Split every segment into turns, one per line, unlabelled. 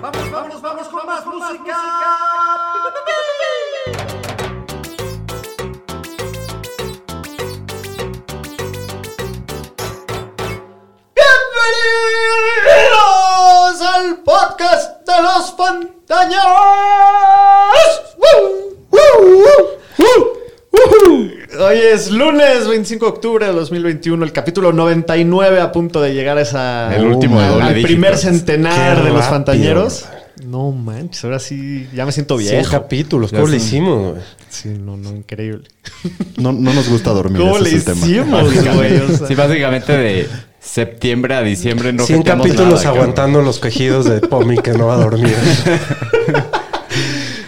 Vamos, vamos, vamos con más música. Bienvenidos al podcast de los pantañeros. Hoy es lunes 25 de octubre de 2021, el capítulo 99 a punto de llegar a esa
El último de
al-
doble
al
dígito.
primer centenar
Qué
de los
rápido,
fantañeros. No manches, ahora sí ya me siento
Cien
viejo.
capítulos,
Ya
¿cómo le
sé.
hicimos? güey?
Sí, no, no, increíble.
No, no nos gusta dormir,
¿Cómo
ese
le
es el tema.
hicimos, güey? O sea,
Sí, básicamente de septiembre a diciembre no
100
jeteamos
capítulos
nada, cabrón.
aguantando los quejidos de Pomi que no va a dormir.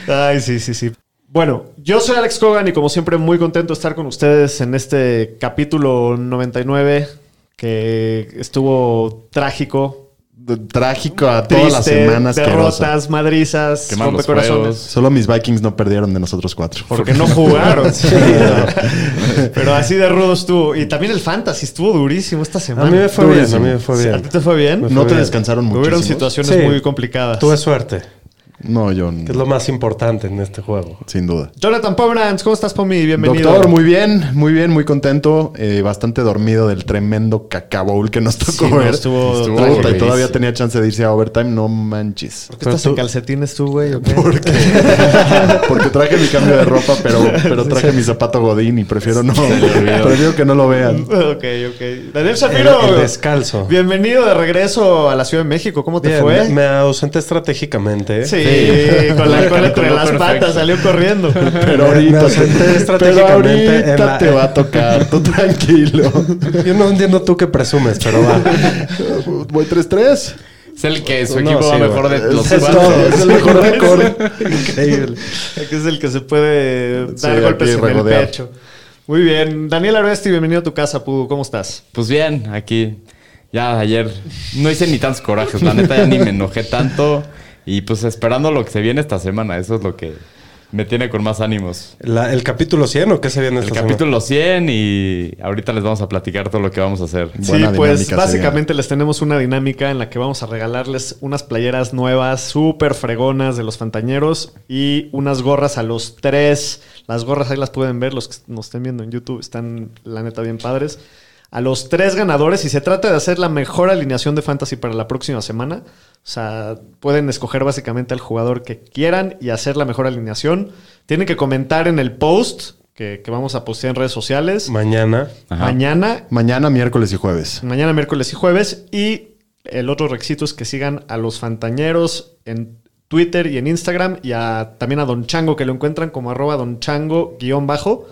Ay, sí, sí, sí. Bueno, yo soy Alex Cogan y como siempre muy contento de estar con ustedes en este capítulo 99 que estuvo trágico.
D- Trágico a todas las
triste,
semanas que
derrotas, madrizas,
Quemar los
rompecorazones.
juegos.
Solo mis Vikings no perdieron de nosotros cuatro.
Porque no jugaron. Sí, no. Pero así de rudo estuvo. Y también el fantasy estuvo durísimo esta semana.
A mí me fue bien, a mí me fue
Sí, ¿A
bien.
ti te fue bien?
Me fue
No te
bien.
descansaron
Hubieron
mucho.
situaciones
Sí.
muy complicadas.
Tuve suerte,
No, yo
que es lo más importante en este juego.
sin duda.
Jonathan Pomerantz, ¿cómo estás, Pomi? Bienvenido.
Doctor,
Pues
muy bien, muy bien, muy contento, eh, bastante dormido del tremendo cacabowl que nos tocó
Sí, no,
ver.
estuvo
Puta,
trágico.
y todavía tenía chance de irse a overtime, no manches.
¿Por qué estás en calcetines tú, güey? o qué?
Porque traje mi cambio de ropa, pero, pero traje mi zapato godín y prefiero no,
olvidó.
prefiero que no lo vean.
Ok, ok. Daniel
El,
Shapiro,
el descalzo.
bienvenido de regreso a la Ciudad de México. ¿Cómo te
Bien,
fue?
me, me ausenté estratégicamente. ¿eh?
Sí, con la cola entre
Calculó
las
perfecto.
patas, salió corriendo.
Pero
Me- me
ahorita,
ausenté
pero
estratégicamente en
ahorita
la-
te va a tocar, tú tranquilo.
Yo no entiendo tú qué presumes, pero va.
Voy 3-3.
Es el que su
No,
equipo va
sí,
mejor
güey.
de los
Es
cuatro.
todo, es el mejor récord.
Increíble.
Aquí es el que se puede
Sí,
dar golpes
aquí
en
regodear.
el pecho. Muy bien. Daniel Aresti, bienvenido a tu casa, Pudu. ¿Cómo estás?
Pues bien, aquí. Ya ayer no hice ni tantos corajes. La neta ya ni me enojé tanto. Y pues esperando lo que se viene esta semana. Eso es lo que me tiene con más ánimos.
La- ¿El capítulo 100 o qué se viene
El
esta
capítulo 100 y ahorita les vamos a platicar todo lo que vamos a hacer.
Buena
sí, pues
dinámica
básicamente les tenemos una dinámica en la que vamos a regalarles unas playeras nuevas, súper fregonas de los fantañeros y unas gorras a los tres. Las gorras ahí las pueden ver, los que nos estén viendo en YouTube están la neta bien padres. A los tres ganadores y se trata de hacer la mejor alineación de fantasy para la próxima semana. O sea, pueden escoger básicamente al jugador que quieran y hacer la mejor alineación. Tienen que comentar en el post que, que vamos a postear en redes sociales.
Mañana.
Ajá.
Mañana
Mañana, miércoles y jueves.
mañana miércoles y jueves. Y el otro requisito es que sigan a los Fantañeros en Twitter y en Instagram y a, también a Don Chango, que lo encuentran como arroba Don Chango guión bajo.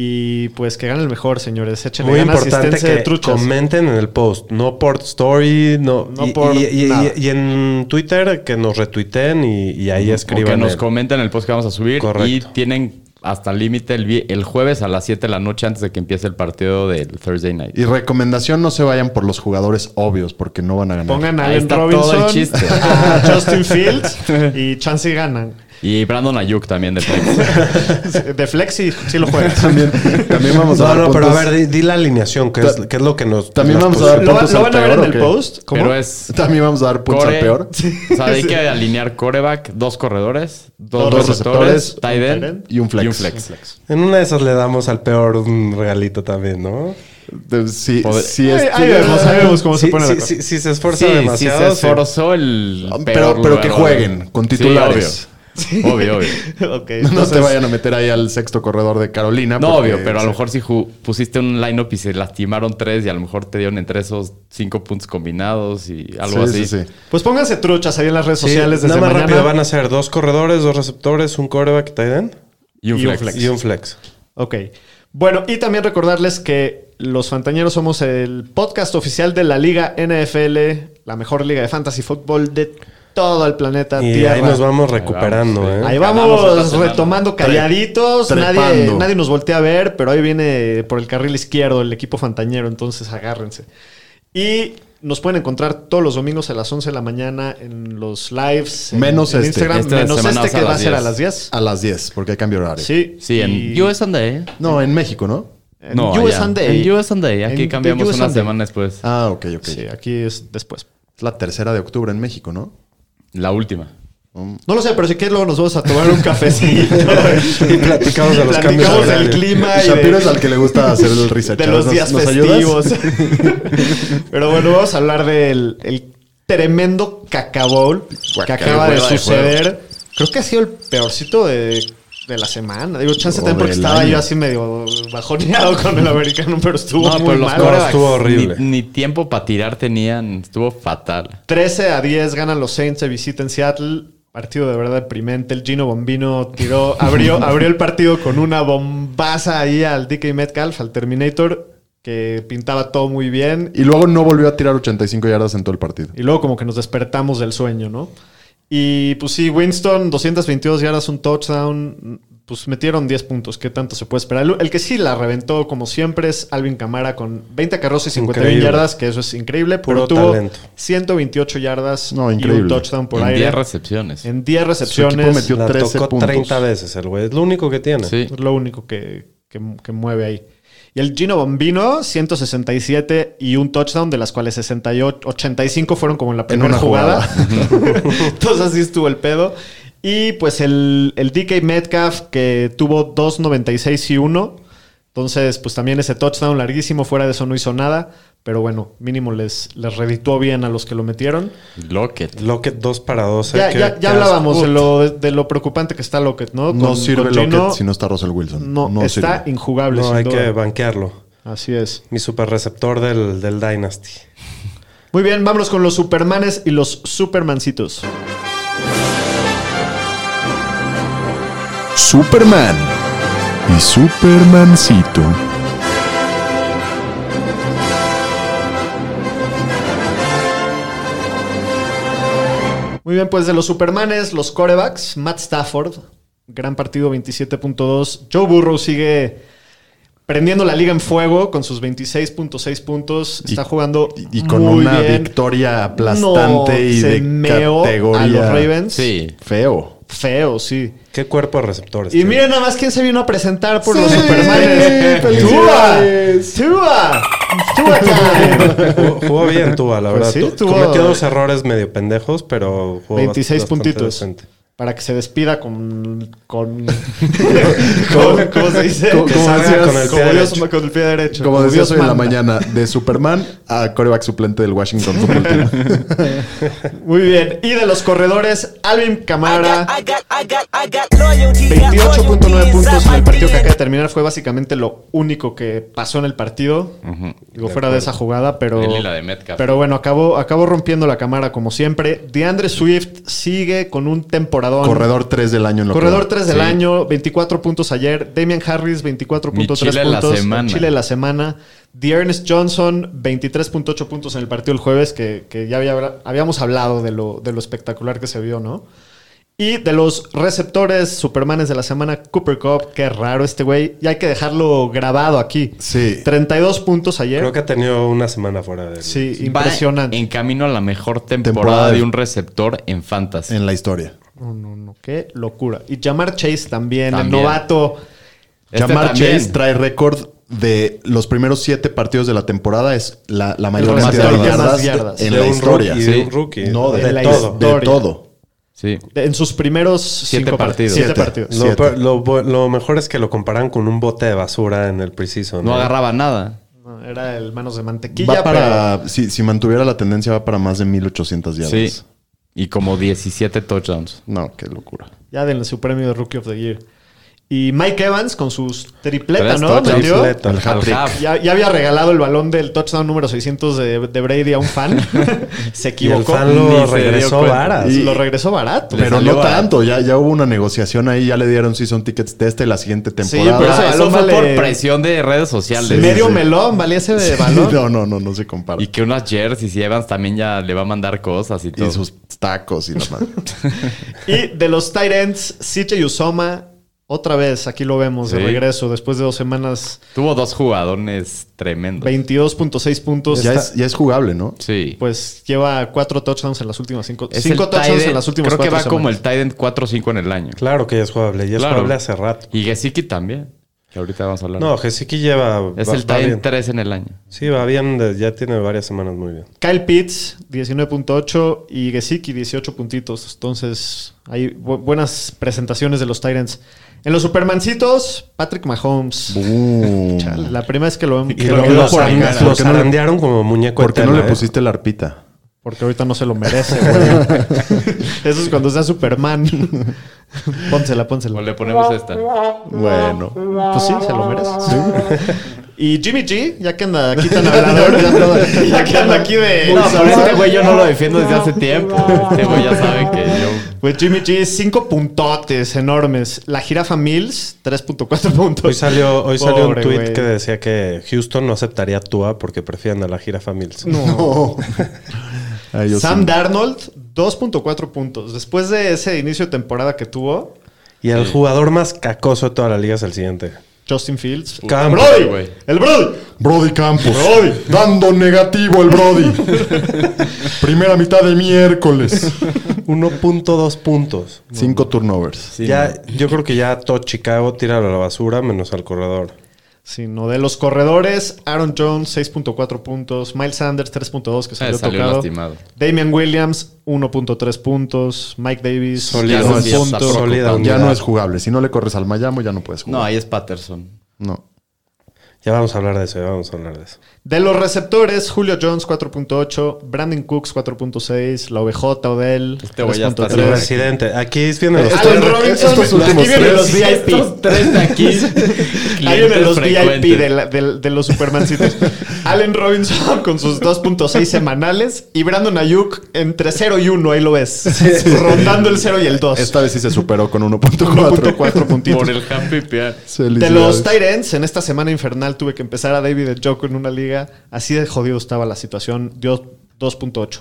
Y pues que gane el mejor, señores. Échenle
Muy
ganas
importante
asistencia de
que
truchas.
comenten en el post, no por story, no,
No
y,
por
y- y-
nada.
y- y en Twitter que nos retuiteen y, y ahí
O
escriban.
que nos
el-
comenten el post que vamos a subir. Y
Correcto.
tienen hasta el límite el, vi- el jueves a las 7 de la noche antes de que empiece el partido del Thursday night.
Y recomendación, no se vayan por los jugadores obvios porque no van a ganar.
Pongan a
Ahí
Allen
está todo el
Robinson,
chiste.
a Justin Fields y chance y ganan.
Y Brandon Ayuk también de Texas.
De flex sí, sí lo juegan.
También, también vamos a
No,
dar
no, pero a
puntos-
ver, di, di la alineación, que es,
Ta-
que es lo que nos.
También
las
vamos a
pos-
dar
¿Lo, va-
puntos
lo
al
van a ver
peor,
en
¿o
el
qué?
post? ¿Cómo?
Pero es.
También vamos a dar puntos
core-
al peor.
O sea, hay que alinear coreback, dos corredores, dos,
Dos
receptores,
receptores,
tight
un
end
tight end
y un flex.
En una de esas le damos al peor un regalito también, ¿no?
De- Si,
Poder-
si
Ahí-
es
ahí vemos, ahí vemos cómo se
Si-
pone la
si,
cosa.
si- si se
Sí,
esfuerza
sí
demasiado.
se
sí.
esforzó el.
Ah, Pero-
peor
pero que
lugar,
jueguen,
obvio.
con
Sí,
titulares.
obvio. obvio, obvio.
Ok,
no
entonces-
te vayan a meter ahí al sexto corredor de Carolina.
No,
porque-
obvio, pero a
sí.
lo mejor si ju- pusiste un lineup y se lastimaron tres y a lo mejor te dieron entre esos cinco puntos combinados y algo
Sí,
así.
sí, sí.
Pues pónganse truchas ahí en las redes
Sí,
sociales desde
nada más
mañana.
rápido van a ser dos corredores, dos receptores, un coreback tight end
Y un
Y un
flex.
flex.
y un flex.
Ok. Bueno, y también recordarles que los Fantañeros somos el podcast oficial de la Liga NFL, la mejor liga de fantasy fútbol de todo el planeta
Y
Tierra.
ahí nos vamos recuperando,
vamos,
¿eh?
Ahí
Ganamos esta
vamos
semana.
retomando calladitos,
Trepando.
nadie, nadie nos voltea a ver, pero ahí viene por el carril izquierdo el equipo fantañero, entonces agárrense. Y nos pueden encontrar todos los domingos a las 11 de la mañana en los lives. en-
Menos
en
este.
Instagram,
Esta
menos
semana
este
es a
que va a
las
ser a
10.
las 10.
A las 10, porque hay cambio de horario.
Sí.
Sí,
y-
en US and Day.
No, en México, ¿no?
en US and Day.
¿eh? En US and Day. Aquí
En
cambiamos
US
una
and Day.
semana después.
Ah, ok, ok.
Sí, aquí es después.
Es la tercera de octubre en México, ¿no?
La última.
No lo sé, pero si quieres luego nos vamos a tomar un cafecito.
Y platicamos de los cambios
Platicamos
de
del
horario.
clima y
Shapiro
de-
es al que le gusta hacer el research.
de los
¿Nos-
días
nos ayudas?
festivos. Pero bueno, vamos a hablar del el tremendo cacabol que acaba de
hueva de
suceder. Creo que ha sido el peorcito de, de la semana. Digo, chance
O
también porque
del
estaba
año.
yo así medio bajoneado con el americano, pero estuvo
No,
muy
pero los
mal.
corebacks.
corebacks
estuvo horrible.
Ni, ni tiempo para tirar tenían. Estuvo fatal.
13 a 10 ganan los Saints de visita en Seattle. Partido de verdad deprimente. El Gino Bombino tiró, abrió, abrió el partido con una bombaza ahí al DK Metcalf, al Terminator, que pintaba todo muy bien.
Y luego no volvió a tirar 85 yardas en todo el partido.
Y luego como que nos despertamos del sueño, ¿no? Y pues sí, Winston, 222 yardas, un touchdown, pues metieron 10 puntos, ¿qué tanto se puede esperar? El, el que sí la reventó, como siempre, es Alvin Camara con 20 carros y 51
Increíble.
yardas, que eso es increíble, pero
Puro
tuvo
talento.
128 yardas
No,
y un
increíble.
touchdown por
en
aire.
10 recepciones.
En 10
equipo
recepciones.
metió
La
13
tocó
puntos.
30 veces el güey. Es lo único que tiene.
Sí.
Es lo único que, que- que mueve ahí. Y el Gino Bombino, 167 y un touchdown, de las cuales 68, 85 fueron como en la primera
una
jugada. Entonces así estuvo el pedo. Y pues el, el DK Metcalf, que tuvo 2.96 y 1. Entonces, pues también ese touchdown larguísimo, fuera de eso no hizo nada. Pero bueno, mínimo les, les redituó bien a los que lo metieron.
Lockett.
Locket 2 para 12.
ya
que-
ya,
que
ya hablábamos
asco.
de lo, de lo preocupante que está Lockett, ¿no?
No
Con-
sirve
con
Lockett
Gino,
si no está Russell Wilson.
no, está
sirve.
injugable.
No,
sin
hay
duda.
que banquearlo.
Así es.
Mi super receptor del, del Dynasty.
Muy bien, vámonos con los Supermanes y los Supermancitos.
Superman y Supermancito.
Muy bien, pues de los Supermanes, los corebacks, Matt Stafford, gran partido 27.2. Joe Burrow sigue prendiendo la liga en fuego con sus 26.6 puntos. Está
Y-
jugando
Y, y con
muy
una
bien.
victoria
No,
aplastante y
se
de
meó
categoría.
a los Ravens.
Sí.
Feo.
Feo, sí.
¿Qué cuerpo de este receptores?
Y
tiene?
miren nada más quién se vino a presentar por los
Sí,
Supermanes. ¡Tua!
felicidades.
¡Tua! ¡Tua time!
Jugó, jugó bien Tua, la
Pues
verdad.
sí,
Tu-
tuvo-
Cometió dos errores medio pendejos, pero jugó
26
bastante
puntitos.
decente.
Para que se despida con. con. con- ¿Cómo se dice?
Como-
Que
como
salga
decías-
con el pie
como Dios-
derecho. Con el pie derecho.
Como decías
Dios
hoy en la
manda.
mañana, de Superman a coreback suplente del Washington Football Team.
Muy bien. Y de los corredores, Alvin Camara.
28.9
28.9 puntos en el partido que acaba de terminar fue básicamente lo único que pasó en el partido. Digo, fuera de esa jugada, pero.
Él y la de Metcalf.
Pero bueno, acabó, acabó rompiendo la cámara como siempre. DeAndre Swift sigue con un temporadón.
Corredor 3 del año en lo que
Corredor
va.
3 del
Sí.
año, 24 puntos ayer. Damian Harris, 24.3
Mi
puntos.
chile de la semana.
Chile de la semana. Dearness Johnson, 23.8 puntos en el partido el jueves, que, que ya había- habíamos hablado de lo, de lo espectacular que se vio, ¿no? Y de los receptores supermanes de la semana, Cooper Cup, qué raro este güey. Y hay que dejarlo grabado aquí.
Sí.
32 puntos ayer.
Creo que ha tenido una semana fuera de él.
sí,
Va
impresionante.
en camino a la mejor temporada,
Temporada.
de un receptor en Fantasy.
En la historia.
No, no, no, qué locura. Y Jamar Chase también, el
También.
novato.
Este
Jamar
también.
Chase trae récord de los primeros siete partidos de la temporada. Es la, la mayor
El
cantidad de
receptor que
yardas,
más yardas.
en
De
la
un
historia.
rookie,
Sí.
de un rookie.
No, de,
De la
todo. De
historia.
todo.
Sí.
De- En sus primeros cinco par-
partidos.
siete
Siete.
partidos.
Lo,
Siete.
pe- lo bu- lo mejor es que lo comparan con un bote de basura en el preciso.
No agarraba nada.
No, era el manos de mantequilla.
Va para, si, si mantuviera la tendencia, va para más de 1800 yardas.
Sí. Y como 17 touchdowns.
No, qué locura.
pero ya denle su premio de Rookie of the Year. Y Mike Evans con sus tripleta,
Tres
¿no?
touchdowns.
Metió.
Tripleta.
Al
Al hat-trick.
half.
Ya, ya había regalado el balón del touchdown número 600 de, de Brady a un fan. se
Y el
equivocó.
fan
Ni se
lo
dio
regresó
cuenta.
varas.
Y lo regresó barato.
Le
Pero
salió
no
barato.
tanto, ya, ya hubo una negociación ahí, ya le dieron season tickets de esta y la siguiente temporada.
pero
Ah,
ese
eso
balón
fue
vale-
por presión de redes sociales.
Medio
sí.
melón valía ese de balón.
no, no, no, no se compara.
Y
Y,
que unas jerseys y Evans también ya le va a mandar cosas y todo.
sus tacos y la madre.
Y de los tight ends, CJ Usoma, otra vez, aquí lo vemos de
Sí.
regreso después de dos semanas,
Tuvo dos jugadones tremendos.
22.6 puntos.
ya, es, ya es jugable, ¿no?
Sí.
Pues lleva cuatro touchdowns en las últimas cinco.
Es
cinco
el tight
touchdowns
end-
en las últimas
Creo que
cuatro
va como el
semanas.
Titan 4-5 en el año.
Claro que ya es jugable. Ya es
Claro.
jugable hace rato.
Y Gesicki también. Que ahorita vamos a hablar.
No, Gesicki lleva...
es
va- va
el Titan
bien.
3 en el año.
Sí, va bien. de- Ya tiene varias semanas muy bien.
Kyle Pitts, 19.8 y Gesicki, 18 puntitos. Entonces, hay bu- buenas presentaciones de los tight ends. En los Supermancitos, Patrick Mahomes.
Boom.
Chale, La primera vez que lo,
Y
que lo
lo,
quedó
veo
lo
por ahí,
zaran-
acá.
lo
¿Por qué no le-
zarandearon como muñeco
¿Por qué no
eterno,
le
eh?
pusiste la arpita?
porque ahorita no se lo merece, güey. Eso es cuando sea Superman. pónsela, pónsela.
O le ponemos esta.
Bueno.
Pues sí, se lo merece. Y Jimmy G, ya que anda aquí tan hablador, ya anda- ya que anda aquí de...
No, pero este güey yo no lo defiendo desde hace tiempo. Este güey ya sabe que yo.
Pues Jimmy G, cinco puntotes enormes. La jirafa Mills, 3.4 puntos.
Hoy salió, hoy salió un
Pobre
tweet
güey.
que decía que Houston no aceptaría a Tua porque prefieren a la jirafa Mills.
Ay, yo
Sam
sí.
Darnold, 2.4 puntos. Después de ese inicio de temporada que tuvo,
Y el jugador más cacoso de toda la liga es el siguiente.
Justin Fields.
Campo,
¡Brody!
güey.
¡El Brody!
Brody Campos.
Brody.
Dando negativo el Brody. Primera mitad de miércoles.
1.2 puntos.
Cinco turnovers.
ya, Yo creo que ya todo Chicago tira a la basura menos al corredor.
Sino de los corredores, Aaron Jones, 6.4 puntos. Miles Sanders, 3.2, que salió,
Eh, salió
tocado.
lastimado.
Damian Williams, 1.3 puntos. Mike Davis,
Sólido,
un
sí,
punto.
Sólido.
Sólida
Ya
unidad.
no es jugable. Si no le corres al Miami, ya no puedes
No,
jugar.
ahí es Patterson.
No.
Ya vamos a hablar de eso, ya vamos a hablar de eso.
De los receptores, Julio Jones 4.8, Brandon Cooks 4.6, la OBJ Odell
Este güey ya está
El
3.3.
haciendo-
residente. Aquí vienen los
Allen
tres-
Robinson,
estos
aquí
últimos
vienen
tres.
los
Estos
VIP.
tres de aquí.
Ahí vienen los VIP de,
la...
la- de- de los Supermancitos. Allen Robinson con sus 2.6 semanales y Brandon Ayuk entre 0 y 1, ahí lo ves. Rondando el 0 y el 2.
Esta vez sí se superó con 1.4.
1.4 puntitos.
Por el Happy
De
Piar.
los
Felicidades.
tight ends, en esta semana infernal tuve que empezar a David el Joko en una liga. Así de jodido estaba la situación. Dio 2.8.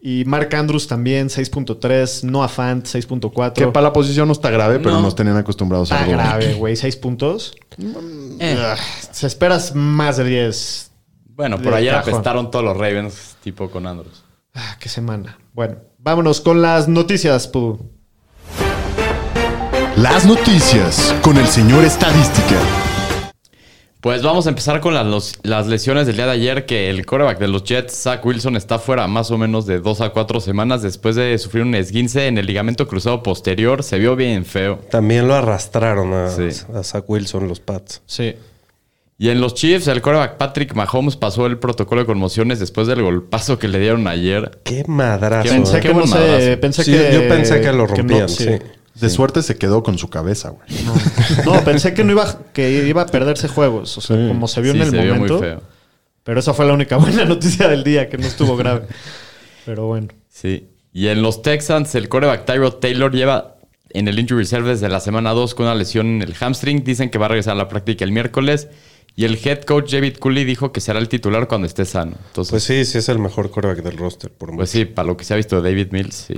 Y Mark Andrews también, 6.3. Noah Fant,
Que
6.4.
para la posición no está grave, pero
No.
nos tenían acostumbrados
Está
a algo.
grave, güey. 6 puntos. Ugh, Se esperas más de 10.
Eh, Bueno, por
De
ayer
cajón.
apestaron todos los Ravens, tipo con Andros.
Ah, qué semana. Bueno, vámonos con las noticias, Pudu.
Las noticias con el señor Estadística.
Pues vamos a empezar con las, los- las lesiones del día de ayer, que el coreback de los Jets, Zach Wilson, está fuera más o menos de dos a cuatro semanas después de sufrir un esguince en el ligamento cruzado posterior. Se vio bien feo.
También lo arrastraron a,
Sí.
a Zach Wilson, los Pats.
Sí.
Y en los Chiefs, el coreback Patrick Mahomes pasó el protocolo de conmociones después del golpazo que le dieron ayer.
Qué madrazo. ¿eh?
Qué
Pensé
qué
que no
buen
sé.
madrazo.
Pensé
Sí,
que,
yo pensé que
no,
lo rompían,
sí.
sí.
De suerte se quedó con su cabeza, güey.
No, pensé que no iba, que iba a perderse juegos. O sea, como se vio
Sí,
en el
se vio
momento.
muy feo.
Pero esa fue la única buena noticia del día, que no estuvo grave. Pero bueno.
Sí. Y en los Texans, el coreback Tyrod Taylor lleva en el injury reserve desde la semana 2 con una lesión en el hamstring. Dicen que va a regresar a la práctica el miércoles. Y el head coach David Cooley dijo que será el titular cuando esté sano. Entonces,
Pues sí, sí es el mejor coreback del roster, por
Pues
mucho.
sí, para lo que se ha visto de David Mills, sí.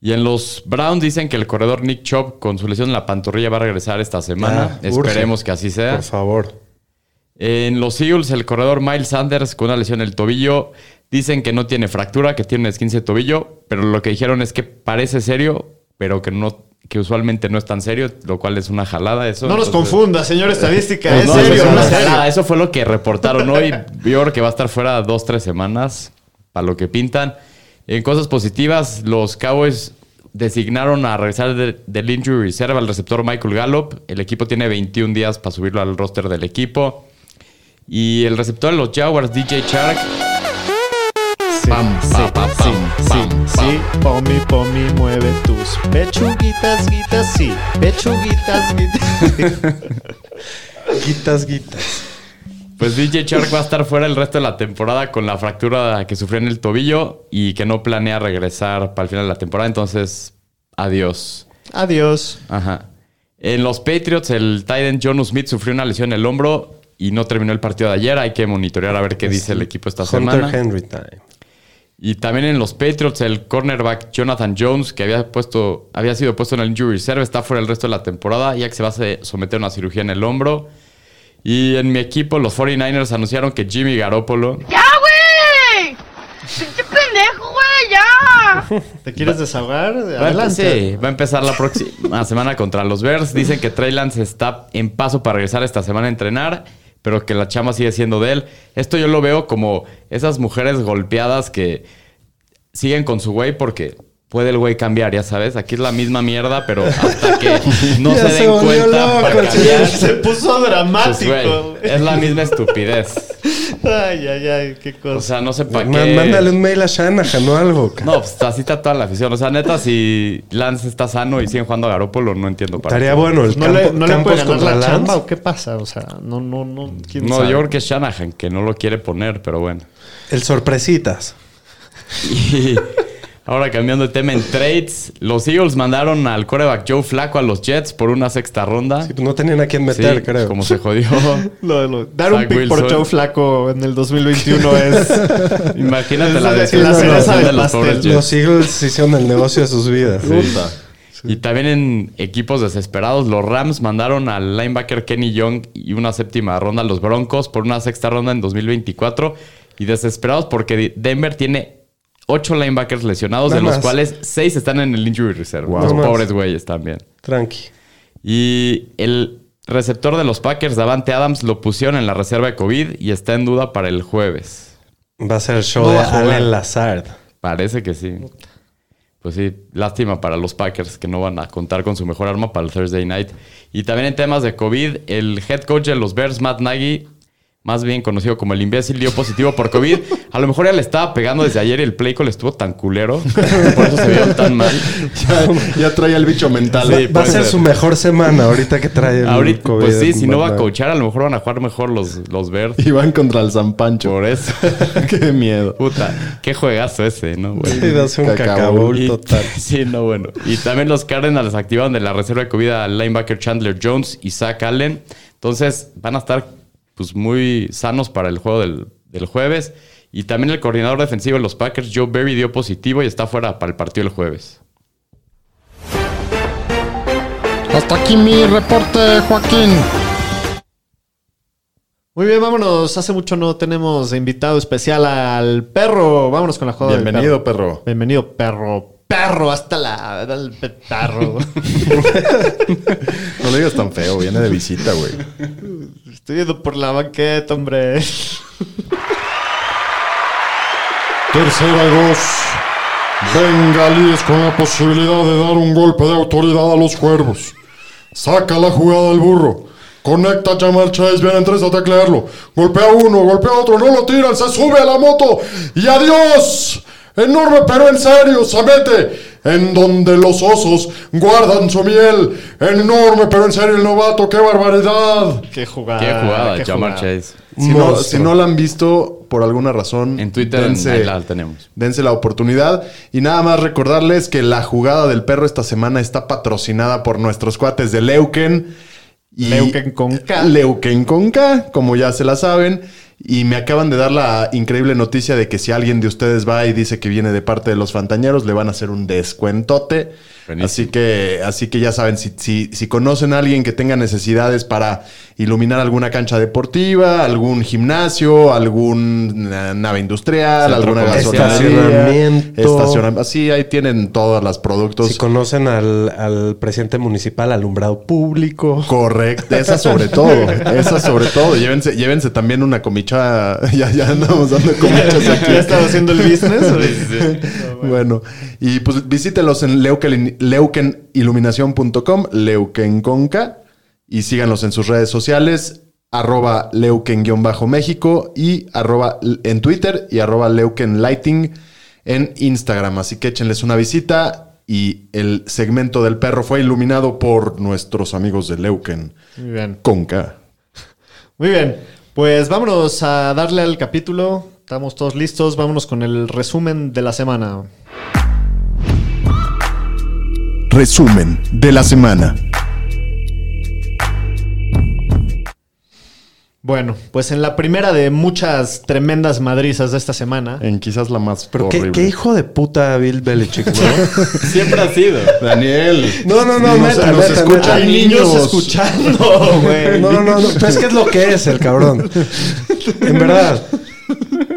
Y en los Browns dicen que el corredor Nick Chubb con su lesión en la pantorrilla va a regresar esta semana.
Ah, urge.
Esperemos que así sea.
Por favor.
En los Eagles, el corredor Miles Sanders con una lesión en el tobillo. Dicen que no tiene fractura, que tiene un esguince de tobillo, pero lo que dijeron es que parece serio, pero que no que usualmente no es tan serio, lo cual es una jalada eso.
No nos
Entonces-
confundas, señor estadística.
Pues
es
no,
serio,
eso, es
no
una
es serio.
jalada. Eso fue lo que reportaron hoy. Yo creo que va a estar fuera dos, tres semanas, para lo que pintan. En cosas positivas, los Cowboys designaron a regresar de- del injury reserve al receptor Michael Gallup. El equipo tiene 21 días para subirlo al roster del equipo. Y el receptor de los Jaguars, DJ Shark, pam, pa, pa,
sí,
pam,
sí,
pam,
sí. Pomi, pomi, mueve tus pechuguitas, guitas, sí. Pechuguitas, guitas.
Guitas, guitas.
Pues DJ Shark va a estar fuera el resto de la temporada con la fractura que sufrió en el tobillo y que no planea regresar para el final de la temporada. Entonces, adiós.
Adiós.
Ajá. En los Patriots, el Titan John Smith sufrió una lesión en el hombro y no terminó el partido de ayer. Hay que monitorear a ver qué dice el equipo esta semana.
Pues Este, Hunter Henry time.
Y también en los Patriots, el cornerback Jonathan Jones, que había, puesto, había sido puesto en el injury reserve, está fuera el resto de la temporada, ya que se va a se- someter a una cirugía en el hombro. Y en mi equipo, los 49ers anunciaron que Jimmy Garoppolo
¡Ya, güey! ¡Pinche pendejo, güey! ¡Ya!
¿Te quieres desahogar?
va a,
Adelante.
sí, va a empezar la próxima semana contra los Bears. Dicen que Trey Lance está en paso para regresar esta semana a entrenar, pero que la chama sigue siendo de él. Esto yo lo veo como esas mujeres golpeadas que siguen con su güey porque puede el güey cambiar, ya sabes. Aquí es la misma mierda, pero hasta que no se
Ya se
den
volvió
cuenta
loco,
para
el señor.
cambiar,
Se puso
pues, güey,
dramático.
es la misma estupidez.
Ay, ay, ay, qué cosa.
O sea, no sé para
Ma-
qué.
Mándale un mail a Shanahan o algo. ca-
No, pues así está toda la afición. O sea, neta, si Lance está sano y siguen jugando a Garópolo, no entiendo para
Estaría
qué.
bueno el
no
campo,
le, no le
Campos
puede ganar la
contra
chamba
Lance.
o qué pasa. O sea, no, no, no. ¿quién
No,
sabe?
yo creo que es Shanahan, que no lo quiere poner, pero bueno.
El sorpresitas.
Y ahora cambiando de tema en trades, los Eagles mandaron al coreback Joe Flaco a los Jets por una sexta ronda.
Sí, pues no tenían a quién meter,
Sí,
creo.
como se jodió.
Lo de lo- dar un
Zach
pick por
Wilson.
Joe Flaco en el 2021 es.
Imagínate
Es
la
la-
la cereza
desesperación de
del
los pobres
pastel.
Jets.
Los Eagles hicieron el negocio de sus vidas.
Puta.
Y también en equipos desesperados, los Rams mandaron al linebacker Kenny Young y una séptima ronda a los Broncos por una sexta ronda en 2024. Y desesperados porque Denver tiene ocho linebackers lesionados,
Nada
de los
más.
cuales seis están en el injury reserve.
Wow.
Los
Nada más.
pobres güeyes también.
Tranqui.
Y el receptor de los Packers, Davante Adams, lo pusieron en la reserva de COVID y está en duda para el jueves.
Va a ser el show
No
de
va a jugar.
Allen Lazard.
Parece que sí. Pues sí, lástima para los Packers que no van a contar con su mejor arma para el Thursday night. Y también en temas de COVID, el head coach de los Bears, Matt Nagy, más bien conocido como el imbécil, dio positivo por COVID. A lo mejor ya le estaba pegando desde ayer y el play call estuvo tan culero. Por eso se vieron tan mal.
Ya, ya traía el bicho mental.
Sí,
Va a
puede
ser
ser.
su mejor semana ahorita que trae el
Ahorita,
COVID
pues sí, si no va a
Batman.
coachar, a lo mejor van a jugar mejor los, los Bears.
Y van contra el San Pancho.
Por eso.
Qué miedo.
Puta, qué juegazo ese, ¿no, güey?
Sí, va a ser un
Cacabol.
cacabol
Y-
total.
Sí, no, bueno. Y también los Cardinals activaron de la reserva de COVID al linebacker Chandler Jones y Zach Allen. Entonces van a estar pues muy sanos para el juego del, del jueves. Y también el coordinador defensivo de los Packers, Joe Berry, dio positivo y está fuera para el partido el jueves.
Hasta aquí mi reporte, Joaquín.
Muy bien, vámonos. Hace mucho no tenemos de invitado especial al perro. Vámonos con la jugada. del
Bienvenido,
perro.
perro.
Bienvenido, perro. Perro, hasta la. el pe- perro.
No lo digas tan feo, viene de visita, güey.
Estoy yendo por la banqueta, hombre.
Tercera y dos. Bengalíes con la posibilidad de dar un golpe de autoridad a los cuervos. Saca la jugada del burro. Conecta a Jamal Chase, vienen tres a teclearlo. Golpea uno, golpea otro, no lo tiran, se sube a la moto y adiós. Enorme pero en serio, se mete en donde los osos guardan su miel. Enorme pero en serio el novato, qué barbaridad.
Ah, Qué jugada.
qué jugada, Jamar
jugada.
Chase.
Si no,
Monstruo.
si no la han visto, por alguna razón.
En Twitter
dense-
ahí la tenemos.
Dense la oportunidad. Y nada más recordarles que la jugada del perro esta semana está patrocinada por nuestros cuates de Leuken. y-
Leuken con K.
Leuken con K, como ya se la saben. Y me acaban de dar la increíble noticia de que si alguien de ustedes va y dice que viene de parte de los Fantañeros, le van a hacer un descuentote.
Buenísimo.
Así que, así que ya saben, si, si- si conocen a alguien que tenga necesidades para iluminar alguna cancha deportiva, algún gimnasio, alguna nave industrial,
Centro
alguna
comercial.
gasolinera,
Estacionamiento.
estacionamiento. Así ahí tienen todos los productos.
Si conocen al, al presidente municipal, alumbrado público.
Correcto, esa sobre todo, esa sobre todo. Llévense, llévense también una comicha, ya, ya andamos dando comichas
¿Ya,
aquí.
ya estaba haciendo el business?
Bueno, y pues visítelos en leuken- leukeniluminación.com, leuken con K, y síganlos en sus redes sociales, arroba leuken-méxico y arroba l- en Twitter y arroba leukenlighting en Instagram. Así que échenles una visita. Y el segmento del perro fue iluminado por nuestros amigos de Leuken.
Muy bien.
Conca.
Muy bien. Pues vámonos a darle al capítulo. Estamos todos listos. Vámonos con el resumen de la semana.
Resumen de la semana.
Bueno, pues en la primera de muchas tremendas madrizas de esta semana.
Eh,
En quizás la más
Pero qué,
horrible.
qué hijo de puta Bill Belichick, ¿no?
Siempre ha sido.
Daniel.
No, no, no,
Nos,
neta,
nos
neta,
escuchan
neta.
Hay
niños.
niños escuchando, güey.
No, no, no, no. Pero es que es lo que es el cabrón. En verdad.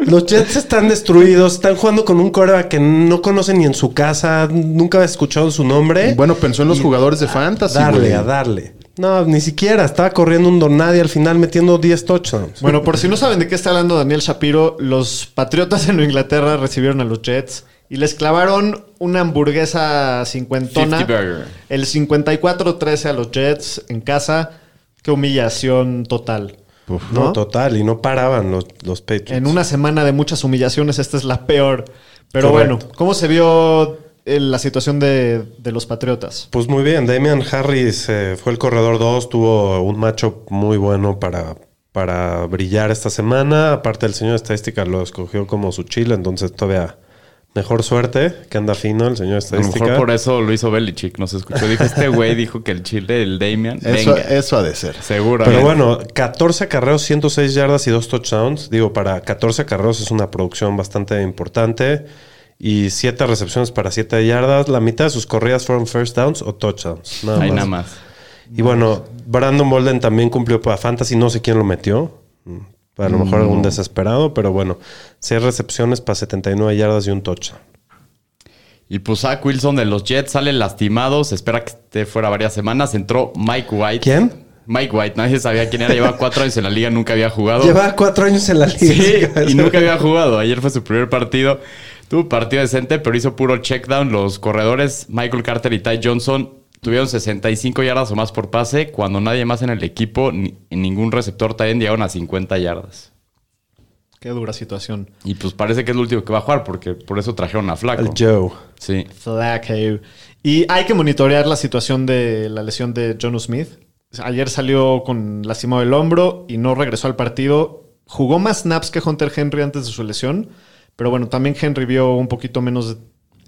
Los Jets están destruidos, están jugando con un coreback que no conoce ni en su casa, nunca ha escuchado su nombre.
Bueno, pensó en los jugadores de fantasy.
darle,
güey.
a darle. No, ni siquiera. Estaba corriendo un don nadie al final metiendo 10 touchdowns.
Bueno, por si no saben de qué está hablando Daniel Shapiro, los Patriotas en Nueva Inglaterra recibieron a los Jets y les clavaron una hamburguesa cincuentona.
50 burger.
El 54-13 a los Jets en casa. Qué humillación total.
¿no? total. Y no paraban los, los Patriots.
En una semana de muchas humillaciones, esta es la peor. Pero
Correcto.
bueno, ¿cómo se vio eh, la situación de, de los Patriotas?
Pues muy bien, Damian Harris eh, fue el corredor 2, tuvo un macho muy bueno para, para brillar esta semana. Aparte, el señor de estadística lo escogió como su chile, entonces todavía mejor suerte que anda fino el señor de
A lo
estadística.
mejor por eso lo hizo Belichick, nos escuchó. Dijo, este güey dijo que el chile, el Damian,
Eso,
venga.
eso ha de ser.
Seguro. ¿eh?
Pero bueno, 14 acarreos, 106 yardas y 2 touchdowns. Digo, para 14 acarreos es una producción bastante importante. Y 7 recepciones para 7 yardas. La mitad de sus corridas fueron first downs o touchdowns. Nada
Ahí
más.
nada más.
Y bueno, Brandon Bolden también cumplió para Fantasy. No sé quién lo metió. Mm, A lo mejor algún desesperado, pero bueno. 6 recepciones para 79 yardas y un touchdown.
Y pues Zach Wilson de los Jets sale lastimado, se espera que esté fuera varias semanas. Entró Mike White.
¿Quién?
Mike White, nadie sabía quién era, llevaba cuatro años en la liga, nunca había jugado.
Lleva 4 años en la liga.
Sí, y nunca había jugado. Ayer fue su primer partido. Tuvo un partido decente, pero hizo puro checkdown. Los corredores, Michael Carter y Ty Johnson, tuvieron 65 yardas o más por pase, cuando nadie más en el equipo, ni en ningún receptor también llegaron a 50 yardas.
Qué dura situación.
Y pues parece que es lo último que va a jugar, porque por eso trajeron a Flaco.
Al Joe.
Sí.
Flacco. Y hay que monitorear la situación de la lesión de John Smith. Ayer salió con lastimado el hombro y no regresó al partido. Jugó más snaps que Hunter Henry antes de su lesión. Pero bueno, también Henry vio un poquito menos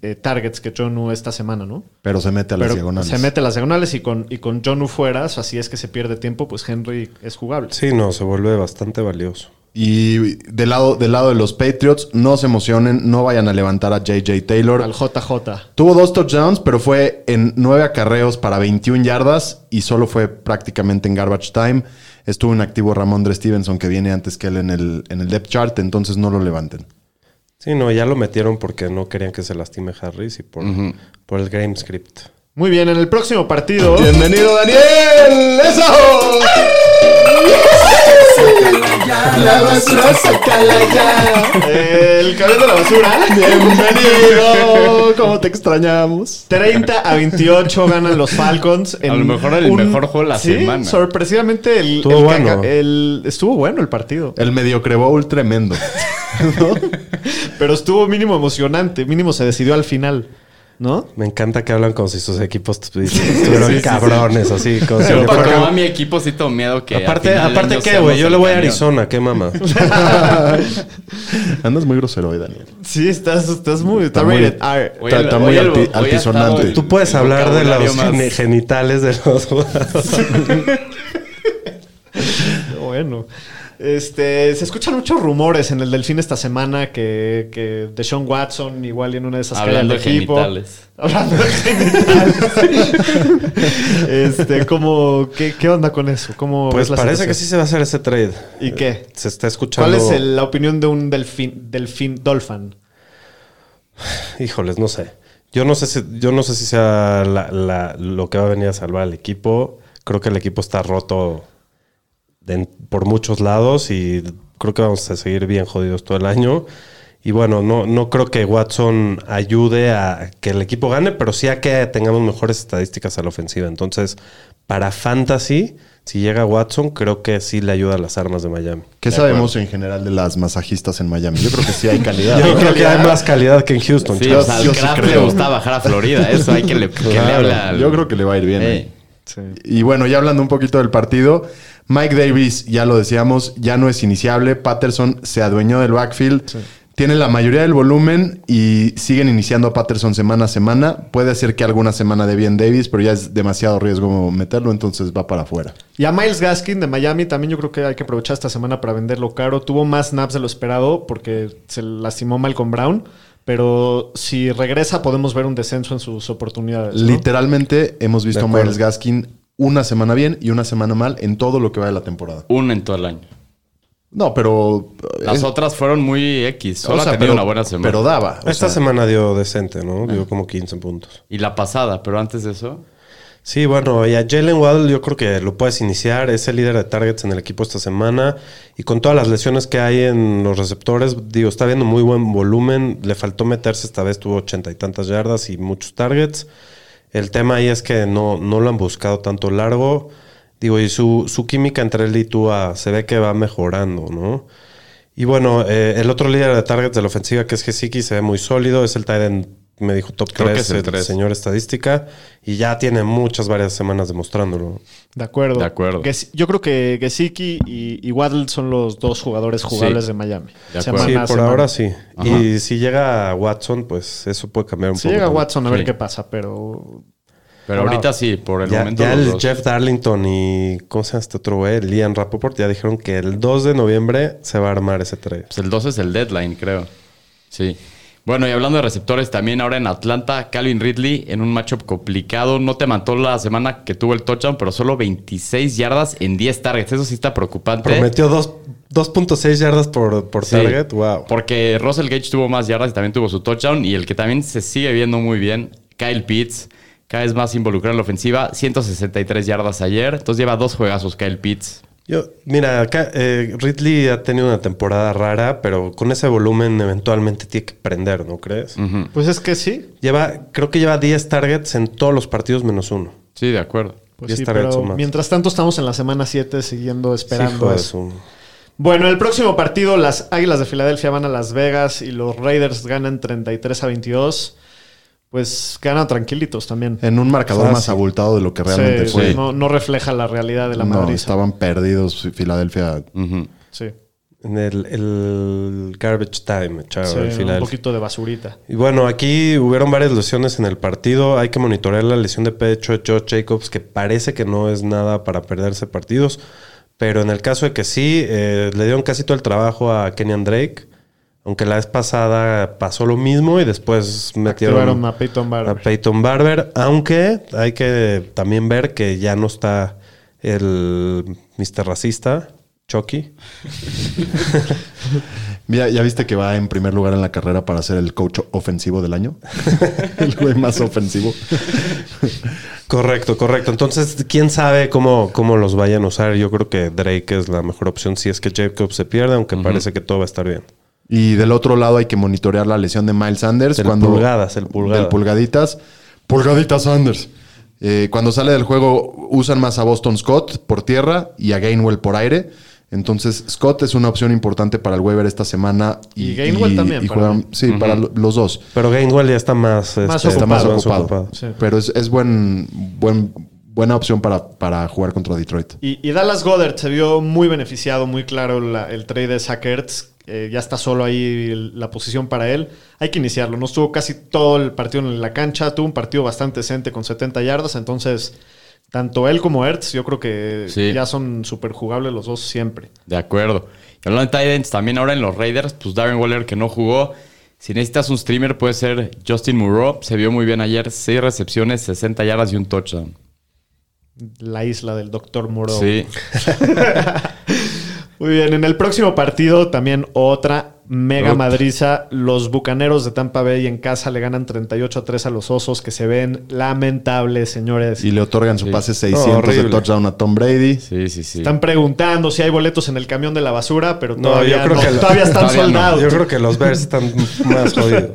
eh, targets que John esta semana, ¿no?
Pero se mete a las
Pero
diagonales.
se mete a las diagonales y con, y con John fuera, así es que se pierde tiempo, pues Henry es jugable.
Sí, no, se vuelve bastante valioso.
Y del lado, del lado de los Patriots, no se emocionen, no vayan a levantar a JJ Taylor.
Al JJ.
Tuvo dos touchdowns, pero fue en nueve acarreos para 21 yardas y solo fue prácticamente en garbage time. Estuvo inactivo Ramondre Stevenson, que viene antes que él en el, en el depth chart, entonces no lo levanten.
Sí, no, ya lo metieron porque no querían que se lastime Harris y por, por el game script.
Muy bien, en el próximo partido.
¡Bienvenido, Daniel! ¡Eso! La basura, sácala ya.
El cabello de la basura.
Bienvenido, ¿cómo te extrañamos?
30 a 28 ganan los Falcons. en
A lo mejor el mejor juego de la
Sí,
semana.
Sorpresivamente el,
Estuvo
el
bueno.
caca- el- estuvo bueno el partido.
El mediocre bowl tremendo.
Pero estuvo mínimo emocionante. Mínimo se decidió al final. ¿no?
Me encanta que hablan como si sus equipos estu- estuvieran cabrones, así. Como si
Pero
le
para
fueran-
acabar mi equipo sí tengo miedo que... al
aparte,
final del
aparte
año
¿qué,
seamos
güey? Yo
el
le voy a
cañón.
Arizona, qué mamá.
Andas muy grosero hoy, Daniel.
Sí, estás, estás muy. Está
muy-
rated R.
Hoy el-
Está
hoy
muy
el-
alti-
hoy ha estado
altisonante.
el-
Tú puedes
el
hablar de
vocabulario
los
más-
gene- genitales de los jugadores.
Bueno. Este, se escuchan muchos rumores en el Delfín esta semana que, que Deshaun Watson igual y en una de esas cae
Hablando
al
de
equipo.
genitales.
Hablando de genitales. este, ¿cómo, qué, ¿qué onda con eso? ¿Cómo ves
Pues
la
parece que Eh, sí
situación?
se va a hacer ese trade.
¿Y qué?
Se está escuchando.
¿Cuál es el- la opinión de un delfín, delfín, dolphin?
Híjoles, no sé. Yo no sé si, yo no sé si sea la- la- lo que va a venir a salvar al equipo. Creo que el equipo está roto de- por muchos lados y creo que vamos a seguir bien jodidos todo el año. Y bueno, no, no creo que Watson ayude a que el equipo gane, pero sí a que tengamos mejores estadísticas a la ofensiva. Entonces, Para fantasy, si llega Watson, creo que sí le ayuda a las armas de Miami.
¿Qué sabemos en general de las masajistas en Miami? Yo creo que sí hay calidad.
Yo
¿no?
creo que hay más calidad que en Houston.
Sí,
chavos.
o sea, al
yo sí
Kraft le
creo.
gusta bajar a Florida. Eso hay que le, que le
Claro,
habla al-
Yo creo que le va a ir bien.
Eh,
¿eh? Y bueno, ya hablando un poquito del partido, Mike Davis, ya lo decíamos, ya no es iniciable. Patterson se adueñó del backfield. Tiene la mayoría del volumen y siguen iniciando a Patterson semana a semana. Puede ser que alguna semana de bien Davis, pero ya es demasiado riesgo meterlo, entonces va para afuera.
Y a Miles Gaskin de Miami también yo creo que hay que aprovechar esta semana para venderlo caro. Tuvo más snaps de lo esperado porque se lastimó Malcolm Brown. Pero si regresa podemos ver un descenso en sus oportunidades. ¿no?
Literalmente hemos visto a
acuerdo.
Miles Gaskin una semana bien y una semana mal en todo lo que va de la temporada.
Una en todo el año.
No, pero.
Las
es-
otras fueron muy X.
o
Solo
sea,
ha tenido una buena semana.
Pero daba. o
Esta
sea,
semana dio decente, ¿no? Dio como 15 puntos.
Y la pasada, pero antes de eso.
Sí, bueno, y a Jalen Waddle yo creo que lo puedes iniciar. Es el líder de targets en el equipo esta semana. Y con todas las lesiones que hay en los receptores, digo, está viendo muy buen volumen. Le faltó meterse esta vez, tuvo ochenta y tantas yardas y muchos targets. El tema ahí es que no, no lo han buscado tanto largo. Digo, y su, su química entre él y Tua se ve que va mejorando, ¿no? Y bueno, eh, el otro líder de targets de la ofensiva que es Gesicki se ve muy sólido. Es el tight end, me dijo top
Creo que
3,
es el
el,
tres.
señor estadística. Y ya tiene muchas, varias semanas demostrándolo.
De acuerdo.
De acuerdo.
Ges- yo creo que Gesicki y, y Waddle son los dos jugadores jugables
Sí.
de Miami.
De acuerdo.
Semana
sí,
a
por
semana.
ahora sí.
Ajá.
Y si llega Watson, pues eso puede cambiar un
Si
poco.
llega
también.
Watson a ver
Sí.
qué pasa, pero
Pero ahorita sí, por el
ya,
momento.
ya
los
el
dos.
Jeff Darlington y ¿cómo se llama este otro güey? Liam Rappaport ya dijeron que el 2 de noviembre se va a armar ese trade.
Pues el 12 es el deadline, creo. Sí. Bueno, y hablando de receptores, también ahora en Atlanta, Calvin Ridley en un matchup complicado. No te mató la semana que tuvo el touchdown, pero solo 26 yardas en 10 targets. Eso sí está preocupante.
Prometió dos- 2.6 yardas por, por
Sí.
target. Wow.
Porque Russell Gage tuvo más yardas y también tuvo su touchdown. Y el que también se sigue viendo muy bien, Kyle Pitts. Cada vez más involucrado en la ofensiva. 163 yardas ayer. Entonces lleva dos juegazos Kyle Pitts.
Yo, mira, acá eh, Ridley ha tenido una temporada rara, pero con ese volumen eventualmente tiene que prender, ¿no crees?
pues es que sí.
Lleva, creo que lleva 10 targets en todos los partidos menos uno.
Sí, de acuerdo.
Pues
Ya
sí,
estará
pero
hecho más.
mientras tanto estamos en la semana 7 siguiendo esperando
Hijo de
eso.
su-
Bueno, el próximo partido, las Águilas de Filadelfia van a Las Vegas y los Raiders ganan 33 a 22. Pues ganan tranquilitos también.
En un marcador
Fácil.
más abultado de lo que Eh, realmente
Sí,
fue.
sí.
No, no refleja la realidad de la
no,
Madrid.
estaban perdidos Filadelfia.
Ujú.
Sí,
En el, el garbage time, chavo,
sí,
al
un
final.
poquito de basurita.
Y bueno, aquí hubieron varias lesiones en el partido. Hay que monitorear la lesión de pecho de Josh Jacobs, que parece que no es nada para perderse partidos. Pero en el caso de que sí, eh, le dieron casi todo el trabajo a Kenyan Drake. Aunque la vez pasada pasó lo mismo y después metieron
Activaron a Peyton Barber.
a Peyton Barber. Aunque hay que también ver que ya no está el Mr. Racista, Chucky.
Ya, ya viste que va en primer lugar en la carrera para ser el coach ofensivo del año. el güey más ofensivo.
Correcto, correcto. Entonces, quién sabe cómo, cómo los vayan a usar. Yo creo que Drake es la mejor opción si es que Jacobs se pierde, aunque parece que todo va a estar bien.
Y del otro lado hay que monitorear la lesión de Miles Sanders.
Del
cuando,
pulgadas, el pulgada.
Del pulgaditas. Pulgaditas Sanders. Eh, cuando sale del juego usan más a Boston Scott por tierra y a Gainwell por aire. Entonces Scott es una opción importante para el Weber esta semana.
Y Gainwell también,
y
para
juegan-
mí.
sí, para lo- los dos.
Pero Gainwell ya está más, este,
Más
Está más
Ocupado.
ocupado.
Sí.
Pero es, es buen, buen, buena opción para, para jugar contra Detroit.
Y, y Dallas Goddard se vio muy beneficiado, muy claro la- el trade de Zach Ertz. Eh, ya está solo ahí el- la posición para él. Hay que iniciarlo. No estuvo casi todo el partido en la cancha. Tuvo un partido bastante decente con 70 yardas. Entonces, tanto él como Ertz, yo creo que
Sí.
ya son súper jugables los dos siempre.
De acuerdo. Y hablando de tight ends, también ahora en los Raiders, pues Darren Waller que no jugó. Si necesitas un streamer, puede ser Justin Moreau. Se vio muy bien ayer. 6 recepciones, 60 yardas y un touchdown.
La isla del Dr. Muro.
Sí.
Muy bien, en el próximo partido también otra mega
Ut.
madriza. Los bucaneros de Tampa Bay en casa le ganan 38 a 3 a los osos que se ven lamentables, señores.
Y le otorgan su pase 600 de
horrible.
touchdown a Tom Brady.
Sí, sí, sí.
Están preguntando si hay boletos en el camión de la basura, pero
No,
todavía,
yo creo
no,
que lo-
todavía están
todavía no.
soldados.
Yo creo que los Bears están más jodidos.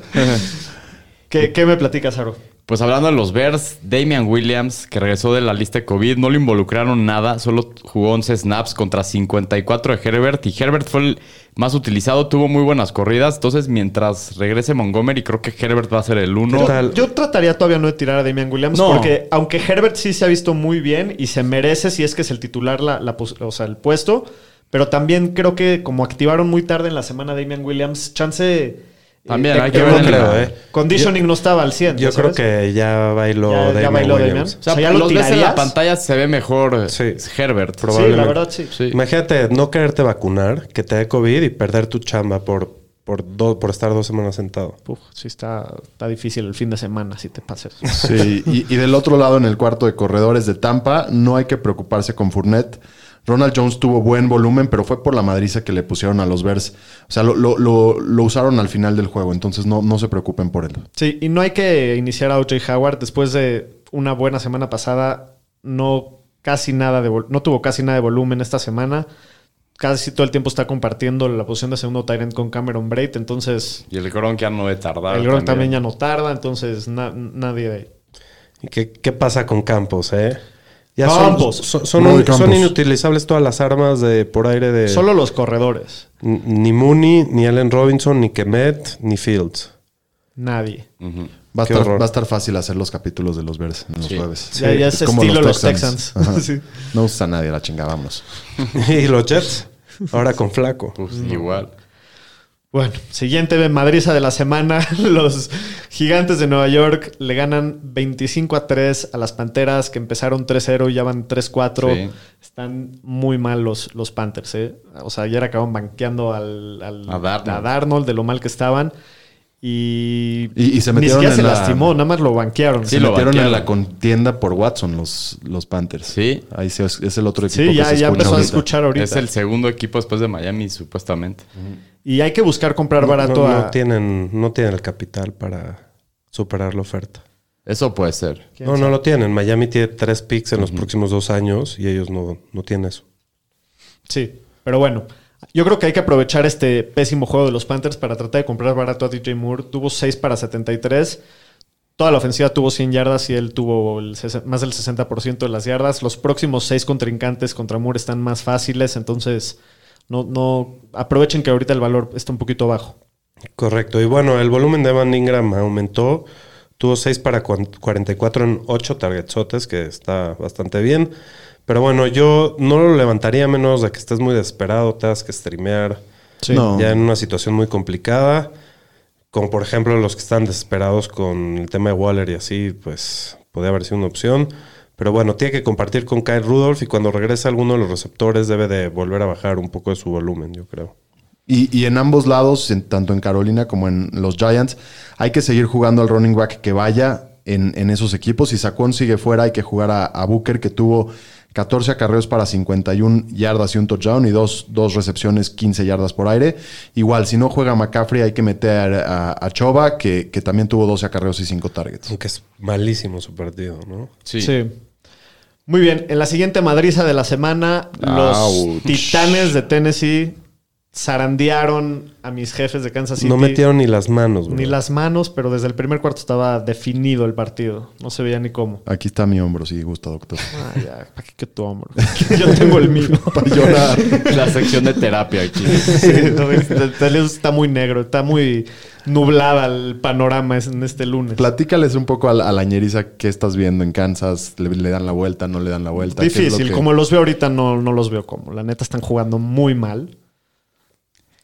¿Qué, qué me platicas, Aro?
Pues hablando de los Bears, Damian Williams, que regresó de la lista de COVID, no lo involucraron nada, solo jugó 11 snaps contra 54 de Herbert y Herbert fue el más utilizado, tuvo muy buenas corridas, entonces mientras regrese Montgomery creo que Herbert va a ser el
¿Qué
uno.
tal?
Yo trataría todavía no de tirar a Damian Williams
No.
porque aunque Herbert sí se ha visto muy bien y se merece si es que es el titular la, la pos- o sea, el puesto, pero también creo que como activaron muy tarde en la semana a Damian Williams, chance... eh,
También
de-
hay que
Yo
de-
ver
no
en la-
creo, ¿eh?
Conditioning no estaba al 100.
Yo creo
¿sabes?
que ya bailó
Ya- ya
Damian
bailó
Williams.
Damian.
O sea,
O sea, ¿ya lo
los ves en
tirarías?
la pantalla se ve mejor
Sí.
Herbert.
Probable.
Sí, la
probablemente.
verdad sí.
Sí.
Imagínate no quererte vacunar, que te dé COVID y perder tu chamba por, por, do- por estar dos semanas sentado.
Uf, sí está, está difícil el fin de semana si te pases.
Sí, y, y del otro lado, en el cuarto de corredores de Tampa, no hay que preocuparse con Fournette. Ronald Jones tuvo buen volumen, pero fue por la madriza que le pusieron a los Bears. O sea, lo, lo- lo- lo usaron al final del juego, entonces no, no se preocupen por él.
Sí, y no hay que iniciar a O.J. Howard después de una buena semana pasada. No casi nada de vol- no tuvo casi nada de volumen esta semana. Casi todo el tiempo está compartiendo la posición de segundo Tyrant con Cameron Braid. Entonces,
Y el Gronk ya no debe tardar.
el Gronk también ya no tarda. Entonces, na- nadie.
¿Y qué, qué pasa con Campos, eh? Ya
Campos.
Son, son- son
Muy
un- son
Campos.
inutilizables todas las armas de por aire de...
Solo los corredores.
N- Ni Mooney, ni Allen Robinson, ni Kemet, ni Fields.
Nadie.
Va a,
Qué
estar,
horror.
va a estar fácil hacer los capítulos de los Bears en los jueves.
ya ya es, estilo los Texans.
Ajá.
Sí.
No usa a nadie, la chingábamos.
y los Jets. Ahora con Flaco.
Pues
Mm.
igual.
Bueno, siguiente de madriza de la semana. Los gigantes de Nueva York le ganan 25 a 3 a las Panteras que empezaron 3-0 y ya van 3-4.
Sí.
Están muy mal los, los Panthers. ¿eh? O sea, ayer acaban banqueando al, al-
A Darnold.
a Darnold de lo mal que estaban. Y,
Y- y se
ni
metieron
siquiera
en
se
la-
lastimó, nada más lo banquearon.
Sí,
se
lo
metieron en
banquearon.
la contienda por Watson los, los Panthers.
Sí.
Ahí se- es el otro equipo
Sí,
que
ya,
se
ya
escucha
empezó a
ahorita.
escuchar ahorita.
Es el segundo equipo después de Miami, supuestamente.
Y hay que buscar comprar
No-
barato
no, no
a...
tienen, no tienen el capital para superar la oferta.
Eso puede ser.
¿Quién
No, no lo tienen. Miami tiene tres picks en los próximos dos años y ellos no, no tienen eso.
Sí, pero bueno. Yo creo que hay que aprovechar este pésimo juego de los Panthers para tratar de comprar barato a DJ Moore. Tuvo 6 para 73. Toda la ofensiva tuvo 100 yardas y él tuvo el sesen- más del 60% de las yardas. Los próximos 6 contrincantes contra Moore están más fáciles, entonces no, no aprovechen que ahorita el valor está un poquito bajo.
Correcto. Y bueno, el volumen de Evan Ingram aumentó. Tuvo 6 para cuan- 44 en 8 targetsotes, que está bastante bien. Pero bueno, yo no lo levantaría a menos de que estés muy desesperado, tengas que streamear.
Sí.
No.
Ya en una situación muy complicada. Como por ejemplo los que están desesperados con el tema de Waller y así, pues podría haber sido una opción. Pero bueno, tiene que compartir con Kyle Rudolph y cuando regrese alguno de los receptores debe de volver a bajar un poco de su volumen, yo creo.
Y, y en ambos lados, en- tanto en Carolina como en los Giants, hay que seguir jugando al running back que vaya en, en esos equipos. Si Saquon sigue fuera, hay que jugar a, a Booker, que tuvo 14 acarreos para 51 yardas y un touchdown y dos, dos recepciones, 15 yardas por aire. Igual, si no juega McCaffrey, hay que meter a, a Choba, que, que también tuvo 12 acarreos y 5 targets.
Aunque es malísimo su partido, ¿no?
Sí.
Sí. Muy bien, en la siguiente madriza de la semana, los
Ouch.
Titanes de Tennessee zarandearon a mis jefes de Kansas City.
No metieron ni las manos, bro.
Ni las manos, pero desde el primer cuarto estaba definido el partido. No se veía ni cómo.
Aquí está mi hombro, si gusta, doctor.
Ah, ya, ¿para qué que tu hombro? Yo tengo el mío.
Para llorar.
La sección de terapia aquí.
Sí, no, este- este- está muy negro, está muy nublada el panorama es- en este lunes.
Platícales un poco a la, a la ñeriza qué estás viendo en Kansas. ¿Le, le dan la vuelta? ¿No le dan la vuelta? ¿Qué es lo
Difícil.
que-
Como los veo ahorita, no, no los veo como. La neta, están jugando muy mal.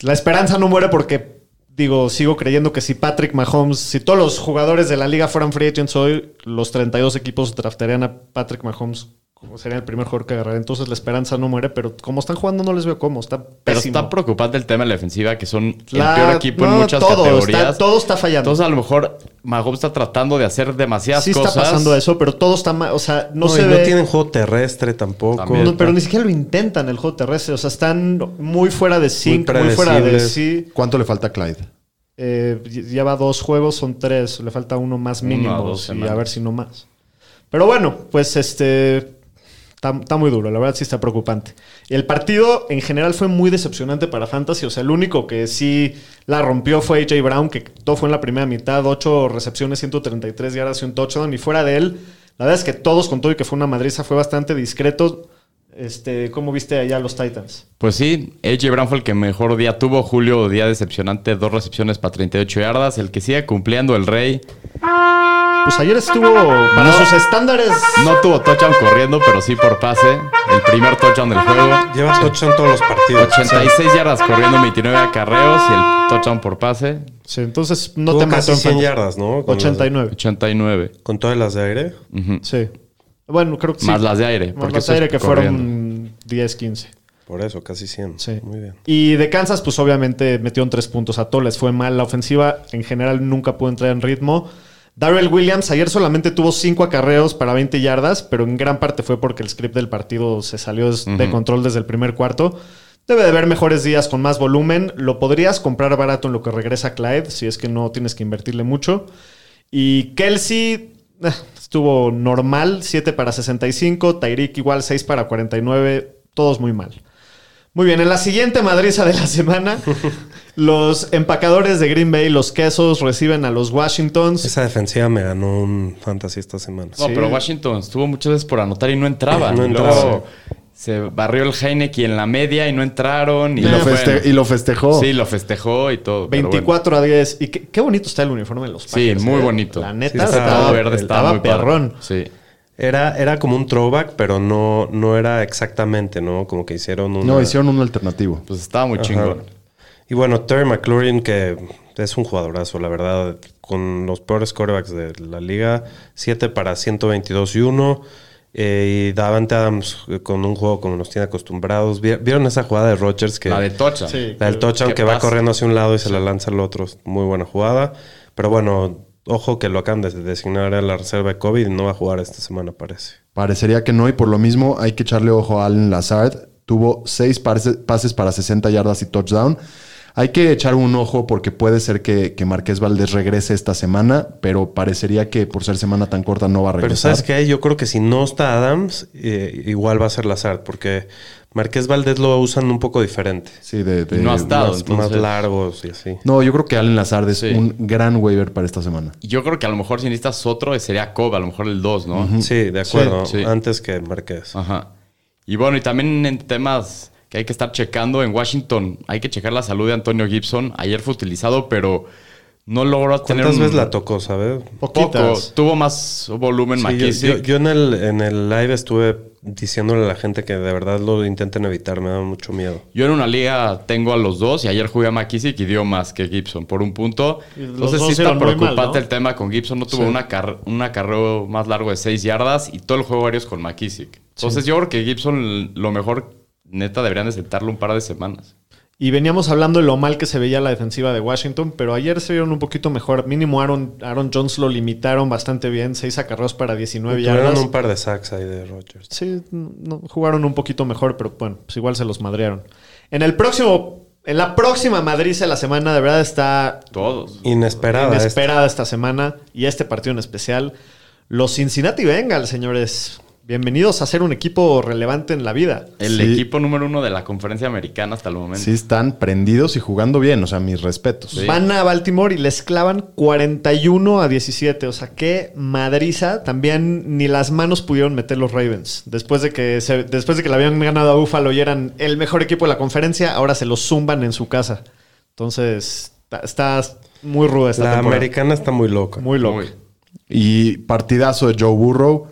La esperanza no muere porque, digo, sigo creyendo que si Patrick Mahomes, si todos los jugadores de la liga fueran free agents hoy, los 32 equipos draftarían a Patrick Mahomes. Como sería el primer jugador que agarraría. Entonces la esperanza no muere, pero como están jugando, no les veo cómo. Está
Pero
pésimo.
está preocupante el tema de la ofensiva, que son
La-
el peor equipo
no,
en muchas
todo,
categorías.
está- todo está fallando.
Entonces, a lo mejor Mahomes está tratando de hacer demasiadas
sí está
cosas.
pasando eso, pero todo está mal. O sea, no,
No,
se
y
ve.
no tienen juego terrestre tampoco.
También.
No, pero ni siquiera lo intentan el juego terrestre. O sea, están muy fuera de sí, muy, fuera de
predecibles.
sí.
¿Cuánto le falta a Clyde?
Eh, ll- lleva dos juegos, son tres. Le falta uno más
Uno a
mínimo.
dos
y
semanas.
a ver si no más. Pero bueno, pues este. Está, está muy duro, la verdad sí está preocupante. El partido en general fue muy decepcionante para Fantasy. O sea, el único que sí la rompió fue AJ Brown, que todo fue en la primera mitad, 8 recepciones, 133 yardas y un touchdown. Y fuera de él, la verdad es que todos con todo y que fue una madriza, fue bastante discreto. Este, ¿Cómo viste allá los Titans?
Pues sí, AJ Brown fue el que mejor día tuvo. Julio, día decepcionante, dos recepciones para 38 yardas. El que sigue cumpliendo el rey.
Pues ayer estuvo para
No.
sus estándares.
No tuvo touchdown corriendo, pero sí por pase. El primer touchdown del juego.
Lleva
Ah.
touchdown en todos los partidos.
86 yardas corriendo, 29 acarreos y el touchdown por pase,
Sí, entonces no
Tuvo
te mató
casi
en
100
fantasy.
yardas, ¿no? Con las-
89.
89.
Con todas las de aire.
Sí. Bueno, creo que sí.
Más las de aire,
Más
porque
las
eso
de
es
aire que
corriendo.
fueron 10, 15.
Por eso, casi 100.
Sí.
Muy bien.
Y de Kansas, pues obviamente metieron tres puntos a Toles. Fue mal. La ofensiva en general nunca pudo entrar en ritmo. Darrell Williams ayer solamente tuvo cinco acarreos para 20 yardas, pero en gran parte fue porque el script del partido se salió des- de control desde el primer cuarto. Debe de haber mejores días con más volumen. Lo podrías comprar barato en lo que regresa Clyde, si es que no tienes que invertirle mucho. Y Kelsey eh, estuvo normal, 7 para 65. Tyreek igual 6 para 49. Todos muy mal. Muy bien, en la siguiente madriza de la semana, los empacadores de Green Bay, los quesos, reciben a los Washingtons.
Esa defensiva me ganó un fantasy esta semana.
No, pero Washington estuvo muchas veces por anotar y no entraba.
No
Y
entraba.
Luego se barrió el Heineken en la media y no entraron. Y,
Y lo,
bueno,
feste- y lo festejó.
Sí, lo festejó y todo. pero bueno.
24 a 10. Y qué, qué bonito está el uniforme de los
Sí,
Packers,
muy
¿eh?
bonito.
La neta,
Sí,
estaba,
estaba
Todo verde estaba,
estaba
muy padre.
perrón.
Sí.
Era, era como un throwback, pero no, no era exactamente, ¿no? Como que hicieron un.
No, hicieron un alternativo.
Pues estaba muy chingón.
Y bueno, Terry McLaurin, que es un jugadorazo, la verdad, con los peores quarterbacks de la liga, 7 para 122 y 1. eh, y Davante Adams eh, con un juego como nos tiene acostumbrados. Vi- ¿Vieron esa jugada de Rodgers que
La de Tocha.
Sí.
la del touchdown
¿Qué
que va
pasa?
corriendo hacia un lado y se la lanza al otro. Es Muy buena jugada. Pero bueno, ojo que lo acaban de designar a la reserva de COVID y no va a jugar esta semana, parece.
Parecería que no, y por lo mismo hay que echarle ojo a Allen Lazard. Tuvo seis parce- pases para 60 yardas y touchdown. Hay que echar un ojo porque puede ser que, que Marqués Valdés regrese esta semana, pero parecería que por ser semana tan corta no va a
Pero
regresar.
¿sabes qué? Yo creo que si no está Adams, eh, igual va a ser Lazard, porque Marqués Valdés lo usan un poco diferente.
Sí, de, de-
No ha estado.
más,
entonces-
más largos y así.
No, yo creo que Allen Lazard es
Sí.
un gran waiver para esta semana.
Yo creo que a lo mejor si necesitas otro, sería Cobb, a lo mejor el 2, ¿no?
Sí, de acuerdo.
Sí, Ah, sí.
Antes que Marqués.
Ajá. Y bueno, y también en temas que hay que estar checando en Washington, hay que checar la salud de Antonio Gibson. Ayer fue utilizado, pero no logró tener.
¿Cuántas
un-
veces la tocó, sabes?
Poco.
Poquitas.
Tuvo más volumen
Sí, yo,
McKissick.
yo- yo en, el, en el live estuve diciéndole a la gente que de verdad lo intenten evitar, me da mucho miedo.
Yo en una liga tengo a los dos y ayer jugué a McKissick y dio más que Gibson por un punto.
Y los
Entonces
dos
sí está
eran muy mal,
preocupante
¿no?
el tema con Gibson. No tuvo una car- un acarreo más largo de seis yardas y todo el juego varios con McKissick. Entonces yo creo que Gibson lo mejor, neta, deberían de sentarlo un par de semanas.
Y veníamos hablando de lo mal que se veía la defensiva de Washington, pero ayer se vieron un poquito mejor. Mínimo Aaron, Aaron Jones lo limitaron bastante bien, seis acarreos para 19
Tuvieron
yardas.
un par de sacks ahí de Rogers.
Sí, no, jugaron un poquito mejor, pero bueno, pues igual se los madrearon. En el próximo, en la próxima madriza de la semana, de verdad está
Todos.
Inesperada. esta.
inesperada esta semana y este partido en especial. Los Cincinnati Bengals, señores, bienvenidos a ser un equipo relevante en la vida.
El
Sí.
equipo número uno de la conferencia americana hasta el momento.
Sí, están prendidos y jugando bien, o sea, mis respetos.
Sí.
Van a Baltimore y les clavan 41 a 17. O sea, qué madriza. También ni las manos pudieron meter los Ravens. Después de que, se- después de que le habían ganado a Buffalo y eran el mejor equipo de la conferencia, ahora se los zumban en su casa. Entonces, ta- está, muy ruda esta
La
temporada.
americana está muy loca.
Muy loco.
Muy.
Y partidazo de Joe Burrow.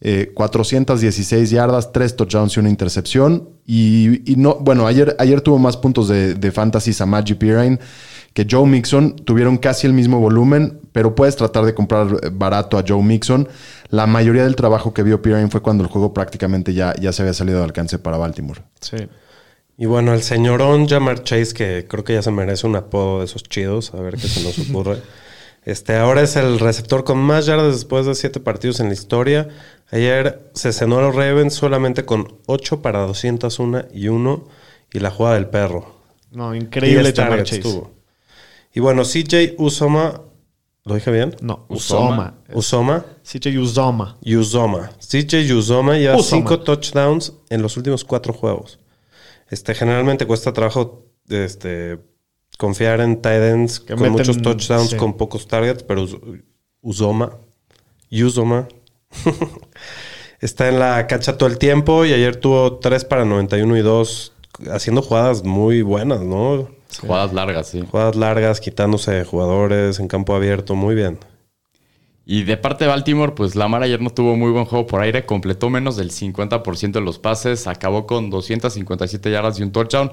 eh, 416 yardas, 3 touchdowns y una intercepción. Y, y no, bueno, ayer, ayer tuvo más puntos de, de fantasy Samaji Pirine que Joe Mixon. Tuvieron casi el mismo volumen, pero puedes tratar de comprar eh, barato a Joe Mixon. La mayoría del trabajo que vio Pirine fue cuando el juego prácticamente ya, ya se había salido de alcance para Baltimore.
Sí.
Y bueno, el señorón Jamar Chase, que creo que ya se merece un apodo de esos chidos, a ver qué se nos ocurre. Este, ahora es el receptor con más yardas después de siete partidos en la historia. Ayer se cenó a los Ravens solamente con 8 para 201 y 1 y la jugada del perro.
No, increíble
Diez
Jamar
targets
Chase.
tuvo. Y bueno, CJ Usoma ¿Lo dije bien?
No,
Usoma.
Usoma.
Usoma.
CJ Usoma.
Yuzoma. CJ Yuzoma lleva
Uzoma.
cinco touchdowns en los últimos cuatro juegos. Este, generalmente cuesta trabajo este, confiar en tight ends
Que
con
meten-
muchos touchdowns,
sí.
con pocos targets, pero Uz- Uzoma, Yuzoma, está en la cancha todo el tiempo y ayer tuvo 3 para 91 y 2, haciendo jugadas muy buenas, ¿no?
Jugadas largas, sí.
Jugadas largas, quitándose de jugadores en campo abierto, muy bien.
Y de parte de Baltimore, pues Lamar ayer no tuvo muy buen juego por aire, completó menos del 50% de los pases, acabó con 257 yardas y un touchdown.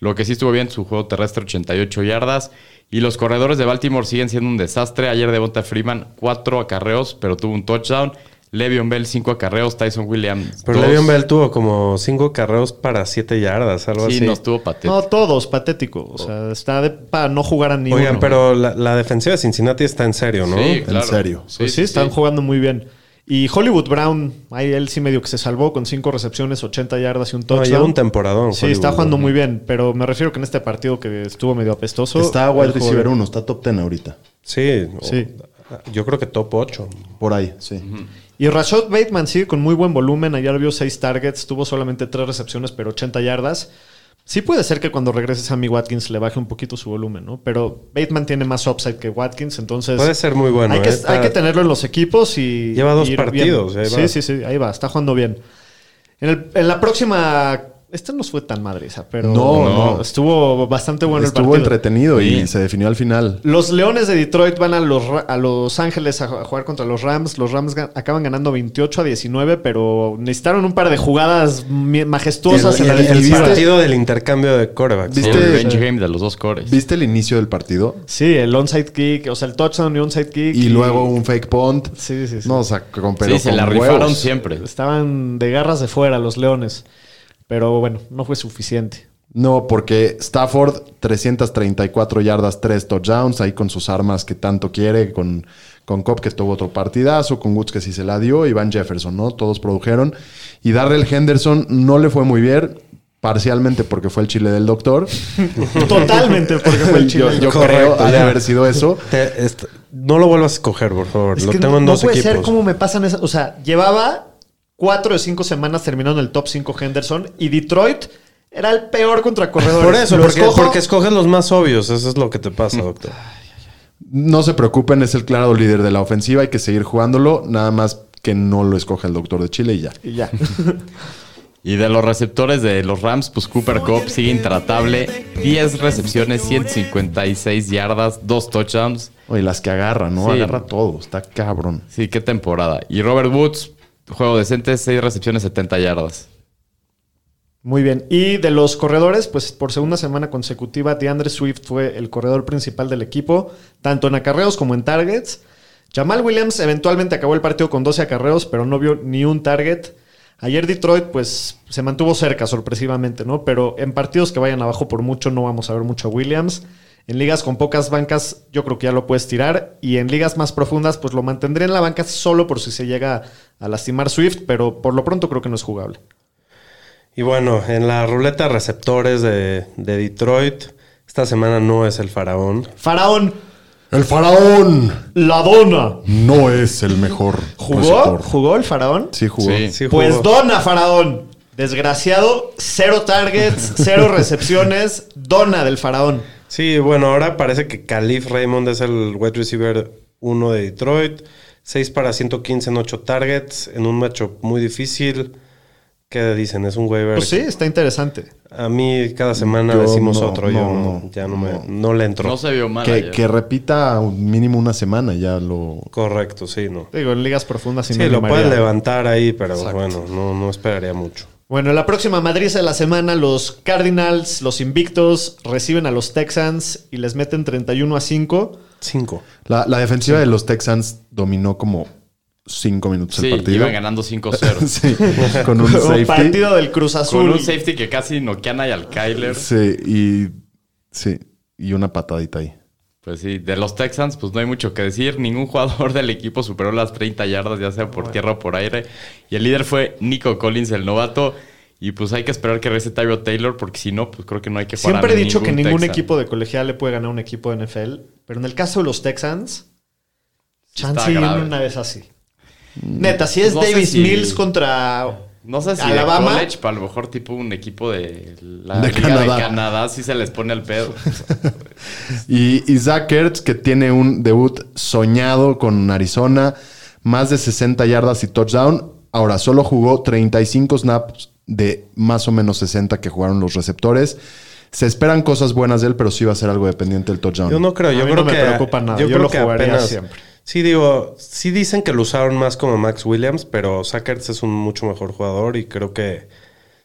Lo que sí estuvo bien, su juego terrestre 88 yardas. Y los corredores de Baltimore siguen siendo un desastre. Ayer Devonta Freeman, 4 acarreos, pero tuvo un touchdown. Le'Veon Bell, 5 acarreos. Tyson Williams,
Pero
dos.
Le'Veon Bell tuvo como 5 carreos para 7 yardas, algo
Sí,
así.
no estuvo patético.
No, todos, patético. O sea, está de, para no jugar a ni
Oigan,
uno.
pero la, la defensiva de Cincinnati está en serio, ¿no?
Sí,
En
claro.
serio.
Pues sí, están jugando muy bien. Y Hollywood Brown, ahí él sí medio que se salvó con cinco recepciones, 80 yardas y un
No,
touchdown.
lleva un temporadón.
Sí, está
Hollywood. ¿eh?
jugando muy bien, pero me refiero que en este partido que estuvo medio apestoso.
Está wide
el
receiver
joven-
1, está top 10 ahorita.
Sí, o-
Sí.
Yo creo que top 8.
Por ahí, sí.
Y Rashad Bateman sigue con muy buen volumen. Ayer vio seis targets, tuvo solamente tres recepciones, pero 80 yardas. Sí puede ser que cuando regrese Sammy Watkins le baje un poquito su volumen, ¿no? Pero Bateman tiene más upside que Watkins, entonces...
Puede ser muy bueno.
Hay que,
¿eh? Está-
hay que tenerlo en los equipos y.
Lleva dos
y ir
partidos,
bien.
ahí va.
Sí, sí, sí, ahí va, está jugando bien. En, el- en la próxima. Esta no fue tan madriza, pero.
No, no.
Estuvo bastante bueno el
Estuvo
partido.
entretenido
Sí.
y se definió al final.
Los Leones de Detroit van a los, Ra- a los Ángeles a ju- a jugar contra los Rams. Los Rams ga- acaban ganando 28 a 19, pero necesitaron un par de jugadas mi- majestuosas
Y-
en la
y- y
el
¿viste?
defensiva.
partido del intercambio de corebacks.
Sí,
¿Viste?
el revenge game de los dos cores.
¿Viste el inicio del partido?
Sí, el onside kick, o sea, el touchdown y onside kick.
Y luego un fake punt.
Sí, sí, sí.
No, o sea, con, pero
sí, se
con
la
huevos.
rifaron siempre.
Estaban de garras de fuera los Leones. Pero bueno, no fue suficiente.
No, porque Stafford, 334 yardas, 3 touchdowns, ahí con sus armas que tanto quiere, con, con Cobb que tuvo otro partidazo, con Woods que sí se la dio, y Van Jefferson, ¿no? Todos produjeron. Y Darrell Henderson no le fue muy bien, parcialmente porque fue el chile del doctor.
Totalmente, porque fue el chile.
yo yo
Correcto,
creo, ha de
ya.
haber sido eso.
Te- est- no lo vuelvas a escoger, por favor.
Es
lo
que
tengo
no,
en
no
dos
puede
equipos.
ser cómo me pasan esas. O sea, llevaba cuatro o cinco semanas terminando en el top 5 Henderson y Detroit era el peor contra corredores.
Por eso,
Lo
porque,
escojo- Mm.
porque escoges los más obvios. Eso es lo que te pasa, doctor.
No se preocupen, es el claro líder de la ofensiva, hay que seguir jugándolo, nada más que no lo escoja el doctor de Chile y ya.
Y ya.
Y de los receptores de los Rams, pues Cooper Cup sigue intratable. 10 recepciones, 156 yardas, 2 touchdowns.
Oye, las que agarra, ¿no?
Sí.
Agarra todo, está cabrón.
Sí, qué temporada. Y Robert Woods, juego decente, 6 recepciones, 70 yardas.
Muy bien. Y de los corredores, pues por segunda semana consecutiva, DeAndre Swift fue el corredor principal del equipo, tanto en acarreos como en targets. Jamal Williams eventualmente acabó el partido con 12 acarreos, pero no vio ni un target. Ayer Detroit, pues se mantuvo cerca, sorpresivamente, ¿no? Pero en partidos que vayan abajo por mucho, no vamos a ver mucho a Williams. En ligas con pocas bancas, yo creo que ya lo puedes tirar. Y en ligas más profundas, pues lo mantendré en la banca solo por si se llega a lastimar Swift, pero por lo pronto creo que no es jugable.
Y bueno, en la ruleta de receptores de, de Detroit, esta semana no es el faraón.
Faraón.
El faraón
La dona. Pues
no es el mejor.
¿Jugó?
receptor.
¿Jugó el faraón?
Sí jugó.
Sí.
Sí jugó.
Pues dona, faraón. Desgraciado, cero targets, cero recepciones, dona del faraón.
Sí, bueno, ahora parece que Calif Raymond es el wide receiver 1 de Detroit. 6 para 115 en 8 targets, en un matchup muy difícil. ¿Qué dicen? Es un waiver.
Pues sí, está interesante.
A mí cada semana
Yo
decimos
no,
otro.
no,
yo no,
no,
ya no,
no.
me, no le entro.
No se vio mal.
Que,
ayer.
que repita un mínimo una semana ya lo...
Correcto, sí, no.
Digo, en ligas profundas y
Sí,
me
lo
animaría.
puedes levantar ahí, pero bueno, no, no esperaría mucho.
Bueno, la próxima madriza de la semana, los Cardinals, los Invictos, reciben a los Texans y les meten 31 a 5.
5.
La, la defensiva de los Texans dominó como cinco minutos
Sí,
el partido.
iban ganando 5-0.
sí, con un safety.
Partido del Cruz Azul.
Con un safety que casi noquean ahí al Kyler.
Sí, y sí, y una patadita ahí.
Pues sí, de los Texans, pues no hay mucho que decir. Ningún jugador del equipo superó las 30 yardas, ya sea por tierra o por aire. Y el líder fue Nico Collins, el novato. Y pues hay que esperar que regrese Tyrod Taylor, porque si no, pues creo que no hay que jugar
Siempre
a
he dicho que ningún
Texan.
equipo de colegial le puede ganar a un equipo de NFL, pero en el caso de los Texans, Chance
Está
y
grave.
una vez así.
Mm.
Neta, si es
No sé
Davis
si-
Mills contra.
No sé si
Alabama.
de college, pero a lo mejor tipo un equipo de la
De
Liga
Canadá.
de Canadá sí se les pone el pedo.
Y Isaac Ertz, que tiene un debut soñado con Arizona, más de 60 yardas y touchdown. Ahora solo jugó 35 snaps de más o menos 60 que jugaron los receptores. Se esperan cosas buenas de él, pero sí va a ser algo dependiente del touchdown.
Yo no creo,
A
yo
mí
creo
no me
que.
preocupa nada, yo lo jugaría siempre.
Sí, digo, sí dicen que lo usaron más como Max Williams, pero Sackerts es un mucho mejor jugador y creo que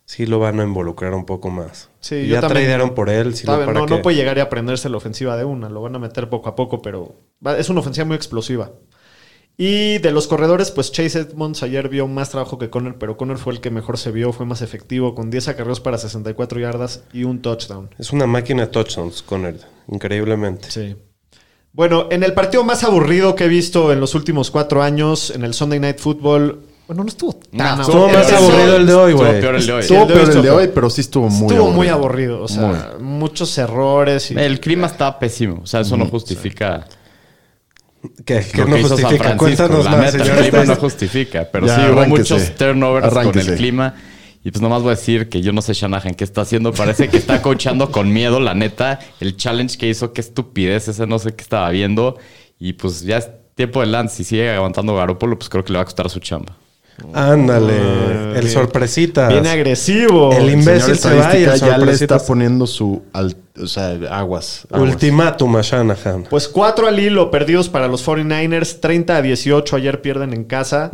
sí lo van a involucrar un poco más.
Sí,
Y
yo
ya
también-
tradearon por él, sino
Saben,
para
no,
que-
no puede llegar y aprenderse la ofensiva de una, lo van a meter poco a poco, pero va- es una ofensiva muy explosiva. Y de los corredores, pues Chase Edmonds ayer vio más trabajo que Conner, pero Conner fue el que mejor se vio, fue más efectivo, con 10 acarreos para 64 yardas y un touchdown.
Es una máquina de touchdowns, Conner, increíblemente.
Sí. Bueno, en el partido más aburrido que he visto en los últimos cuatro años, en el Sunday Night Football, bueno, no estuvo tan
No,
Estuvo
Estuvo
más
peor.
aburrido el de hoy,
Estuvo
güey.
peor el de hoy.
estuvo
el de
peor
hoy
el de
estuvo-
hoy, pero sí estuvo muy
Estuvo
aburrido.
muy aburrido, o sea, muchos errores. Y...
El clima está pésimo. O sea, eso no justifica.
Que, que
lo
no
que hizo San
justifica.
Francisco,
Cuéntanos
la
más,
neta,
señor.
El clima no justifica, pero
Ya,
sí hubo
arránquese,
muchos turnovers con
arránquese.
el clima. Y pues nomás voy a decir que yo no sé Shanahan qué está haciendo. Parece que está coachando con miedo, la neta. El challenge que hizo, qué estupidez ese, no sé qué estaba viendo. Y pues ya es tiempo de Lance. Si sigue aguantando Garópolo, pues creo que le va a costar su chamba.
Ándale, el sorpresita.
Bien agresivo.
El
El señor
imbécil se va y
estadística
el
ya le está
sorpresita.
poniendo su al- o sea, aguas. aguas.
Ultimátum a Shanahan.
Pues 4 al hilo perdidos para los 49ers, 30 a 18 ayer pierden en casa.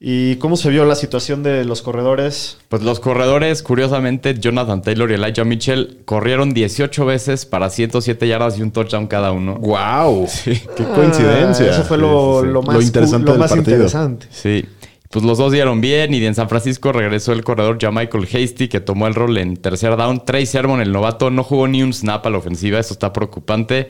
¿Y cómo se vio la situación de los corredores?
Pues los corredores, curiosamente, Jonathan Taylor y Elijah Mitchell corrieron 18 veces para 107 yardas y un touchdown cada uno.
¡Wow! ¡Qué coincidencia!
Ah, eso fue lo,
Sí, sí, sí.
lo más, cu-
interesante
lo
del
más
partido.
interesante.
Sí. Pues los dos dieron bien y en San Francisco regresó el corredor ya Michael Hasty que tomó el rol en tercer down. Trey Sermon, el novato, no jugó ni un snap a la ofensiva. Eso está preocupante.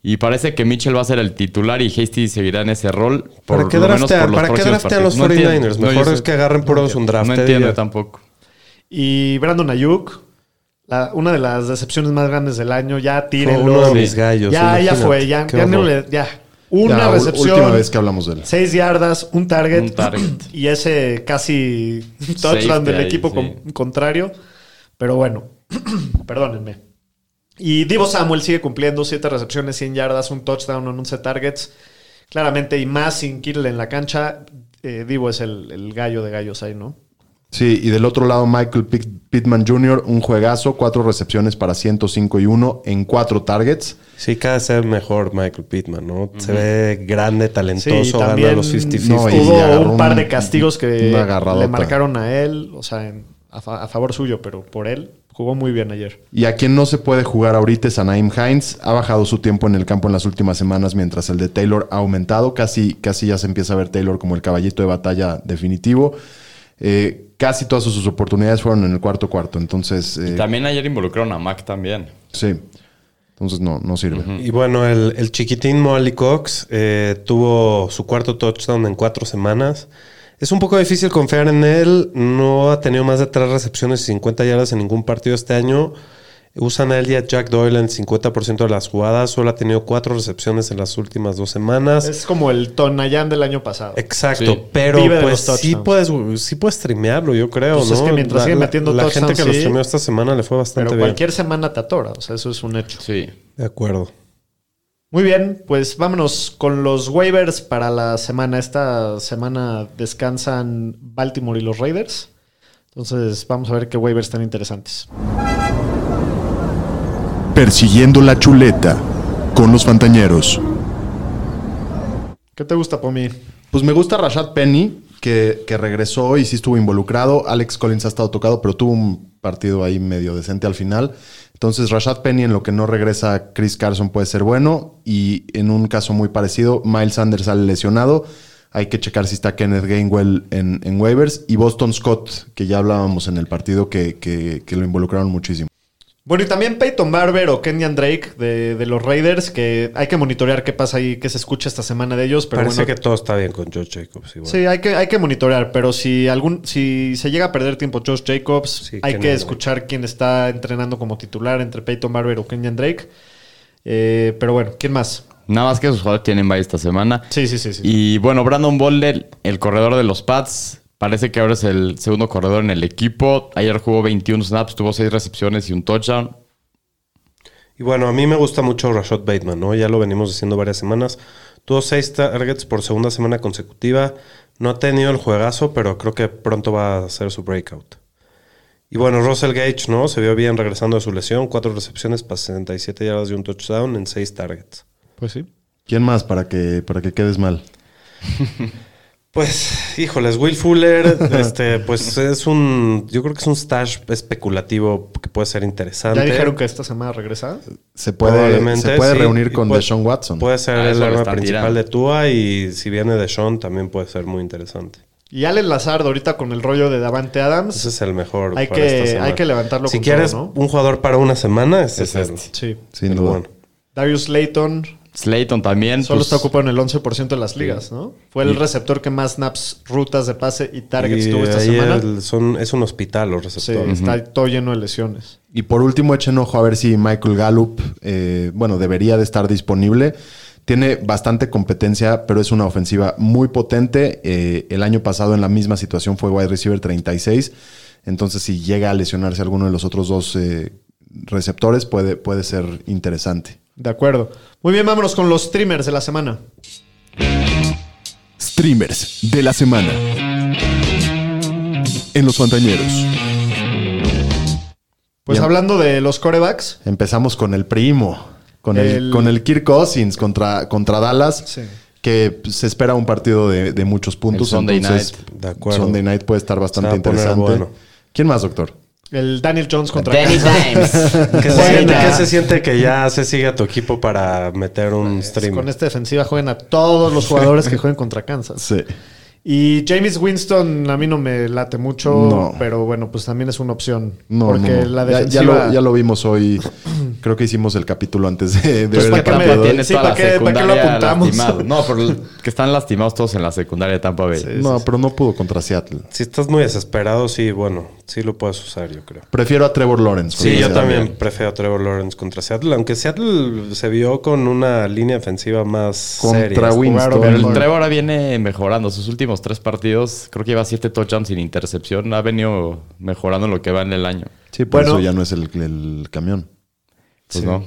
Y parece que Mitchell va a ser el titular y Hasty seguirá en ese rol. por
¿Para qué
lo menos por
draftean, ¿para qué
próximos
draftean los
partidos. No entiendo.
49ers?
No, yo
Mejor
sé.
es que agarren puros un draft.
No entiendo tampoco.
Y Brandon Ayuk, la- una de las decepciones más grandes del año, ya tírenlo.
uno de
Sí.
mis gallos,
Ya, ya
imagínate.
fue, ya,
Qué
ya, no
horror.
le- ya.
Ya,
Una
ul-
recepción.
Última vez que hablamos de él.
6 yardas, un target,
Un target.
y ese casi touchdown
Safety
del
ahí,
equipo
sí.
con- contrario. Pero bueno, perdónenme. Y Divo Samuel sigue cumpliendo 7 recepciones, 100 yardas, un touchdown en 11 targets. Claramente, y más sin Kittle en la cancha, eh, Divo es el, el gallo de gallos ahí, ¿no?
Sí, y del otro lado Michael Pitt- Pittman Jr., un juegazo, cuatro recepciones para 105 y 1 en cuatro targets.
Sí, cada vez se ve mejor Michael Pittman, ¿no? Se ve grande, talentoso, gana
también
los 50-50.
no, y agarró
hubo un par
un-
de castigos que
una agarradota.
le marcaron a él, o sea, en- a, fa- a favor suyo, pero por él jugó muy bien ayer.
Y a quien no se puede jugar ahorita es a Naim Hines. Ha bajado su tiempo en el campo en las últimas semanas mientras el de Taylor ha aumentado. Casi, casi ya se empieza a ver Taylor como el caballito de batalla definitivo. Eh, casi todas sus oportunidades fueron en el cuarto cuarto. Entonces, eh,
Y también ayer involucraron a Mac también.
sí. Entonces no, no sirve.
Y bueno, el, el chiquitín Molly Cox eh, tuvo su cuarto touchdown en cuatro semanas. Es un poco difícil confiar en él. No ha tenido más de tres recepciones y 50 yardas en ningún partido este año. Usan a él y a Jack Doyle en 50% de las jugadas. Solo ha tenido cuatro recepciones en las últimas dos semanas.
Es como el Tonayán del año pasado.
Exacto,
Sí.
pero
Vive de
pues
los
sí puedes, sí puedes streamearlo, yo creo,
Pues
¿no?
es que mientras sigue metiendo
la gente
touchdowns,
que lo
sí.
streameó esta semana le fue bastante
Pero
bien.
cualquier semana te atora, o sea, eso es un hecho.
Sí.
De acuerdo.
Muy bien, pues vámonos con los waivers para la semana. Esta semana descansan Baltimore y los Raiders. Entonces, vamos a ver qué waivers tan interesantes.
Persiguiendo la chuleta con los pantañeros.
¿Qué te gusta, Pomi?
Pues me gusta Rashad Penny, que, que regresó y sí estuvo involucrado. Alex Collins ha estado tocado, pero tuvo un partido ahí medio decente al final. Entonces, Rashad Penny, en lo que no regresa Chris Carson, puede ser bueno. Y en un caso muy parecido, Miles Sanders sale lesionado. Hay que checar si está Kenneth Gainwell en, en waivers. Y Boston Scott, que ya hablábamos en el partido, que, que- que lo involucraron muchísimo.
Bueno, y también Peyton Barber o Kenyan Drake de, de los Raiders, que hay que monitorear qué pasa ahí, qué se escucha esta semana de ellos. Pero
Parece
bueno,
que todo está bien con George Jacobs. Igual.
Sí, hay que, hay que monitorear, pero si algún si se llega a perder tiempo Josh Jacobs,
Sí,
hay
que
que,
no.
escuchar quién está entrenando como titular entre Peyton Barber o Kenyan Drake. Eh, pero bueno, ¿quién más?
Nada más que sus jugadores tienen bye esta semana.
Sí, sí, sí. sí.
Y bueno, Brandon Bolden, el corredor de los Pats, parece que ahora es el segundo corredor en el equipo. Ayer jugó 21 snaps, tuvo 6 recepciones y un touchdown.
Y bueno, a mí me gusta mucho Rashad Bateman, ¿no? Ya lo venimos diciendo varias semanas. Tuvo seis targets por segunda semana consecutiva. No ha tenido el juegazo, pero creo que pronto va a hacer su breakout. Y bueno, Russell Gage, ¿no? Se vio bien regresando de su lesión. Cuatro recepciones para 67 yardas y un touchdown en seis targets.
Pues sí.
¿Quién más para que, para que quedes mal?
Pues, híjoles, Will Fuller, este, pues es un, yo creo que es un stash especulativo que puede ser interesante.
¿Ya dijeron que esta semana regresa?
Se puede,
Probablemente,
se puede
sí.
reunir
Y
con
puede-
Deshaun Watson.
Puede ser
Ah, eso
el
lo
arma
están
principal
tirando.
de Tua y si viene Deshaun también puede ser muy interesante.
Y Allen Lazard ahorita con el rollo de Davante Adams.
Ese es el mejor.
Hay
para
que-
esta semana.
hay que levantarlo
Si
con
quieres
todo,
un jugador para una semana, ese es,
Es
el-
este.
Sí.
sin
el
duda.
bueno.
Darius Layton
Slayton también.
solo
pues,
está ocupado en el 11% de las ligas, ¿no? Fue el receptor que más snaps, rutas de pase y targets
Y
tuvo esta
ahí
semana.
el- son, es un hospital los
Sí,
receptores.
está todo lleno de lesiones.
Y por último, echen ojo a ver si Michael Gallup, eh, bueno, debería de estar disponible. Tiene bastante competencia, pero es una ofensiva muy potente. Eh, el año pasado en la misma situación fue wide receiver 36. Entonces, si llega a lesionarse alguno de los otros dos eh, receptores, puede, puede ser interesante.
De acuerdo. Muy bien, vámonos con los streamers de la semana.
Streamers de la semana. En los pantañeros.
Pues
Bien.
hablando de los corebacks.
Empezamos con el primo, con el,
El-
con el Kirk Cousins contra, contra Dallas,
Sí.
que pues, se espera un partido de, de muchos puntos.
El Sunday
entonces,
night. De acuerdo.
Sunday night puede estar bastante
Se va a poner
interesante.
bueno.
¿Quién más, doctor?
El Daniel Jones contra
Danny
Kansas.
Dimes.
¿Qué, se siente,
Buena.
qué se siente que ya se sigue a tu equipo para meter un stream?
Pues, Con esta defensiva juegan a todos los jugadores que juegan contra Kansas.
Sí.
Y James Winston a mí no me late mucho,
No.
pero bueno, pues también es una opción.
No,
porque
no, no.
la
Ya-
defensiva...
ya, lo, ya lo vimos hoy. Creo que hicimos el capítulo antes de, de
Entonces,
ver
¿para
el
qué me
partido.
detienes? Sí, ¿para qué- para qué lo
secundaria
apuntamos?
lastimado. No, pero que están lastimados todos en la secundaria de Tampa Bay.
No, pero no pudo contra Seattle.
Si estás muy desesperado, sí, bueno, sí lo puedes usar, yo creo.
Prefiero a Trevor Lawrence.
Sí,
contra
yo
Seattle.
también prefiero a Trevor Lawrence contra Seattle, aunque Seattle se vio con una línea ofensiva más
Contra
seria.
Winston.
Jugaron-
Pero el
Bueno.
Trevor ahora viene mejorando. Sus últimos tres partidos, creo que lleva siete touchdowns sin intercepción. Ha venido mejorando lo que va en el año.
Sí, por
Bueno.
eso ya no es el, el camión.
Pues no.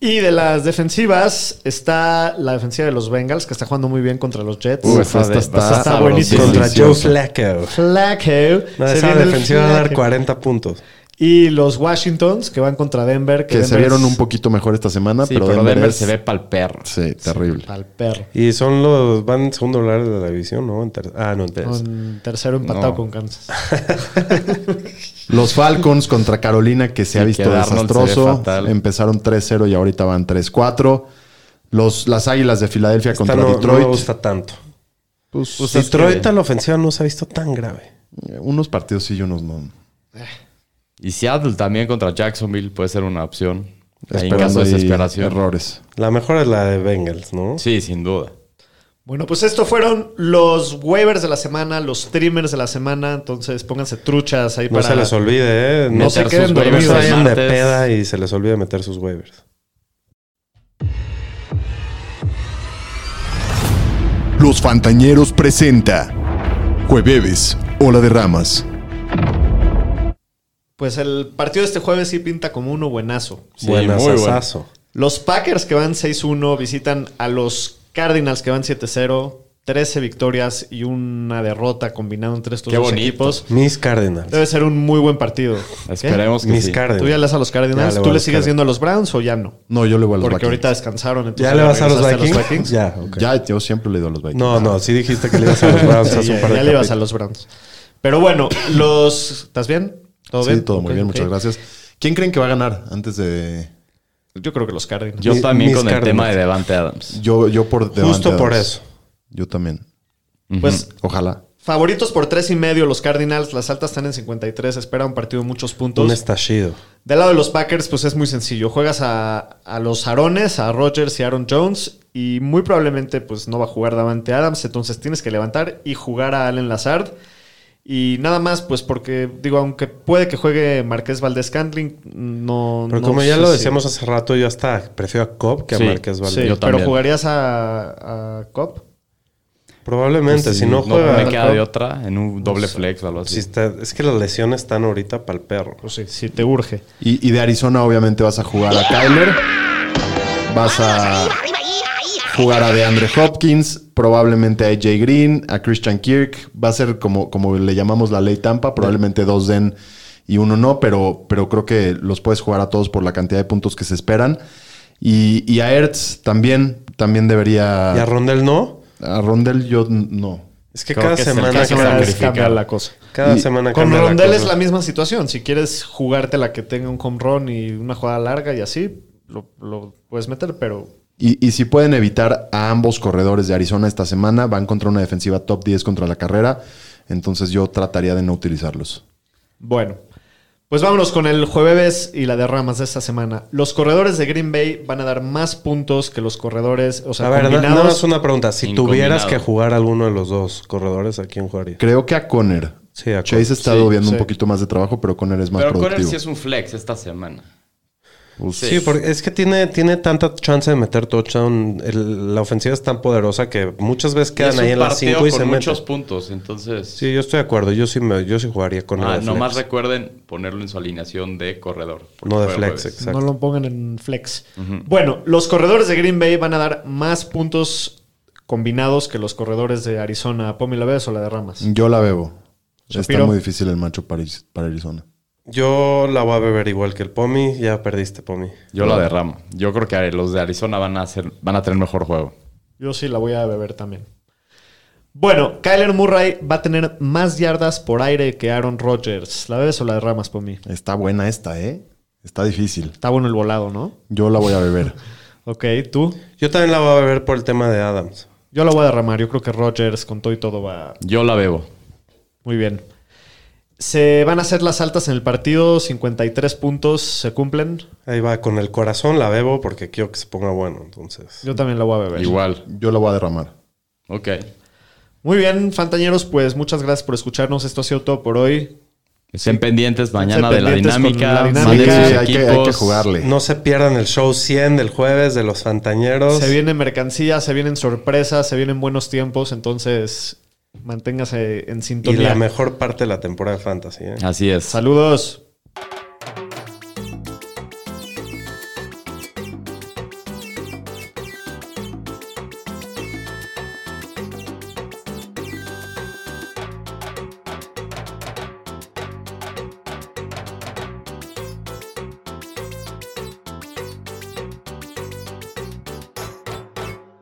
Y de las defensivas está la defensiva de los Bengals, que está jugando muy bien contra los Jets.
Uf,
esa
esta
de-
está-
esa
está buenísima.
Contra
Deliciosa.
Joe Flacco.
Flacco.
No,
Se
esa
viene el
defensiva va a dar
Flacco.
40 puntos.
Y los Washingtons, que van contra Denver.
Que se
Denver
vieron
es
un poquito mejor esta semana,
Sí,
pero,
pero Denver,
es-
se ve pa'l perro.
Sí, terrible.
Al perro.
Y son los. Van en segundo lugar de la división, ¿no? En ter- ah, no, en tercero.
Con tercero empatado
No.
con Kansas.
Los Falcons contra Carolina, que se ha
Y
visto
que Darnold se ve
desastroso.
fatal.
Empezaron 3-0 y ahorita van 3-4. Los, las Águilas de Filadelfia
Esta
contra
no, no
Detroit.
me gusta tanto.
Pues,
Pues es
Detroit
que-
a la ofensiva no se ha visto tan grave.
unos partidos sí y unos no.
Y Seattle también contra Jacksonville puede ser una opción. Ahí en
Esperando
caso de
ahí
desesperación.
Errores.
La mejor es la de Bengals, ¿no?
Sí, sin duda.
Bueno, pues estos fueron los waivers de la semana, los streamers de la semana. Entonces pónganse truchas ahí
No
para.
se les olvide, ¿eh?
No
No,
se
Meter
queden
sus
no
waivers
se
dormidos.
el
vayan de
martes.
peda y se les olvide meter sus waivers.
Los Fantañeros presenta Jueves, Ola de Ramas.
Pues el partido de este jueves sí pinta como uno buenazo.
Sí,
Buenas,
muy bueno.
asazo.
Los Packers que van 6-1 visitan a los Cardinals que van 7-0. 13 victorias y una derrota combinado entre estos
Qué
dos
bonito.
equipos.
Mis Cardinals.
Debe ser un muy buen partido. ¿Qué?
Esperemos que
Mis
sí.
¿Tú ya
Cardinals.
le das a los Cardinals?
Ya le
¿Tú
voy a
le
los
sigues
Cardinals.
viendo a los Browns o ya no?
No, yo le voy a los
Porque
Vikings. Ah,
ahorita descansaron. Entonces
¿Ya le vas a los
regresaste
Vikings?
Vikings.
Ya, ok.
Ya, yo siempre le doy a los Vikings.
No,
Ah,
no, sí dijiste que le ibas a los Browns
Sí,
hace un
ya,
par de
ya le ibas a
capítulos.
los Browns. Pero bueno, los... ¿Estás bien? ¿Todo
sí,
bien?
todo muy
Ok,
bien,
ok.
muchas gracias. ¿Quién creen que va a ganar antes de...?
Yo creo que los Cardinals.
Yo
Mi-
también
mis
con el
Cardinals.
tema de Devante Adams.
Yo, yo por Devante
Justo por
Adams.
eso.
Yo también. Mm,
Pues
Ojalá.
favoritos por tres y medio los Cardinals. Las altas están en 53. Espera un partido de muchos puntos.
Un estallido.
Del lado de los Packers, pues es muy sencillo. Juegas a, a los Arones, a Rodgers y Aaron Jones, y muy probablemente pues no va a jugar Davante Adams, entonces tienes que levantar y jugar a Allen Lazard. Y nada más, pues porque, digo, aunque puede que juegue Marqués Valdés Cantling, no.
Pero
no
como ya
sé
lo
si-
decíamos hace rato, yo hasta prefiero a Cobb que a
Sí,
Márquez Valdés.
Sí,
Yo
pero
también.
jugarías a, a Cop.
Probablemente, si no
No me
juega.
queda de otra en un doble flex o algo
si
así.
está- es que las lesiones están ahorita para el perro.
Pues sí, si te urge.
Y, y de Arizona obviamente vas a jugar a Kyler. Vas a jugar a DeAndre Hopkins, probablemente a AJ Green, a Christian Kirk. Va a ser como, como le llamamos la ley Tampa, probablemente dos den y uno no, pero, pero creo que los puedes jugar a todos por la cantidad de puntos que se esperan. Y, y a Ertz también, también
¿Y a
debería...
Rondel no?
A Rondell yo n- no.
Es que
Creo
cada
que es el
semana.
caso
que-
más
Cada,
Cada vez
sacrificar.
cambia la cosa.
Y
semana
Con
cambia la
Rondel es
cosa.
la misma situación. Si quieres jugarte la que tenga un home run y una jugada larga y así, lo, lo puedes meter, pero
Y, y si pueden evitar a ambos corredores de Arizona esta semana, van contra una defensiva top 10 contra la carrera. Entonces yo trataría de no utilizarlos.
Bueno, pues vámonos con el jueves y la de ramas de esta semana. Los corredores de Green Bay van a dar más puntos que los corredores, o sea,
A ver, na- nada
combinados.
más una pregunta. Si
En
tuvieras
combinado.
que jugar alguno de los dos corredores, ¿a quién jugaría?
Creo que a Conner.
Sí, a
Chase ha estado
Sí,
viendo
sí.
un poquito más de trabajo, pero Conner es más
Pero Conner
productivo.
sí es un flex esta semana.
Pues,
Sí, porque es que tiene, tiene tanta chance de meter touchdown. El- la ofensiva es tan poderosa que muchas veces
Y
quedan
es
ahí
un
en las
partido
5 y
con
se
muchos
meten.
puntos, entonces...
Sí, yo estoy de acuerdo. Yo sí, me, yo sí jugaría con
Ah,
él. No,
nomás recuerden ponerlo en su alineación de corredor. porque
no de
juega
flex,
jueves.
exacto.
No lo pongan en flex. Bueno, los corredores de Green Bay van a dar más puntos combinados que los corredores de Arizona. Pomi, ¿la ves o la de ramas?
Yo la bebo.
Shapiro.
Está muy difícil el macho para, Is- para Arizona.
Yo la voy a beber igual que el Pomi. Ya perdiste, Pomi.
Yo la derramo. Yo creo que los de Arizona van a, hacer, van a tener mejor juego.
Yo sí la voy a beber también. Bueno, Kyler Murray va a tener más yardas por aire que Aaron Rodgers. ¿La ves o la de ramas, Pomi?
Está buena esta, ¿eh? Está difícil.
Está bueno el volado, ¿no?
Yo la voy a beber.
Ok, ¿tú?
Yo también la voy a beber por el tema de Adams.
Yo la voy a derramar. Yo creo que Rodgers con todo y todo va
Yo la bebo.
muy bien. Se van a hacer las altas en el partido. 53 puntos se cumplen.
Ahí va, con el corazón la bebo porque quiero que se ponga bueno. Entonces,
Yo también la voy a
Pues.
beber.
Igual.
Yo la voy a derramar.
Ok.
Muy bien, fantañeros. Pues muchas gracias por escucharnos. Esto ha sido todo por hoy.
Estén pendientes mañana
Estén
de
pendientes
la
con
dinámica.
la dinámica.
manden
Sí,
sus
hay, que, hay que
equipos.
jugarle.
no se pierdan el show 100 del jueves de los Fantañeros.
Se viene mercancía, se vienen sorpresas, se vienen buenos tiempos. Entonces, manténgase en
y la
sintonía.
mejor parte de la temporada de Fantasy. ¿eh?
Así es.
Saludos.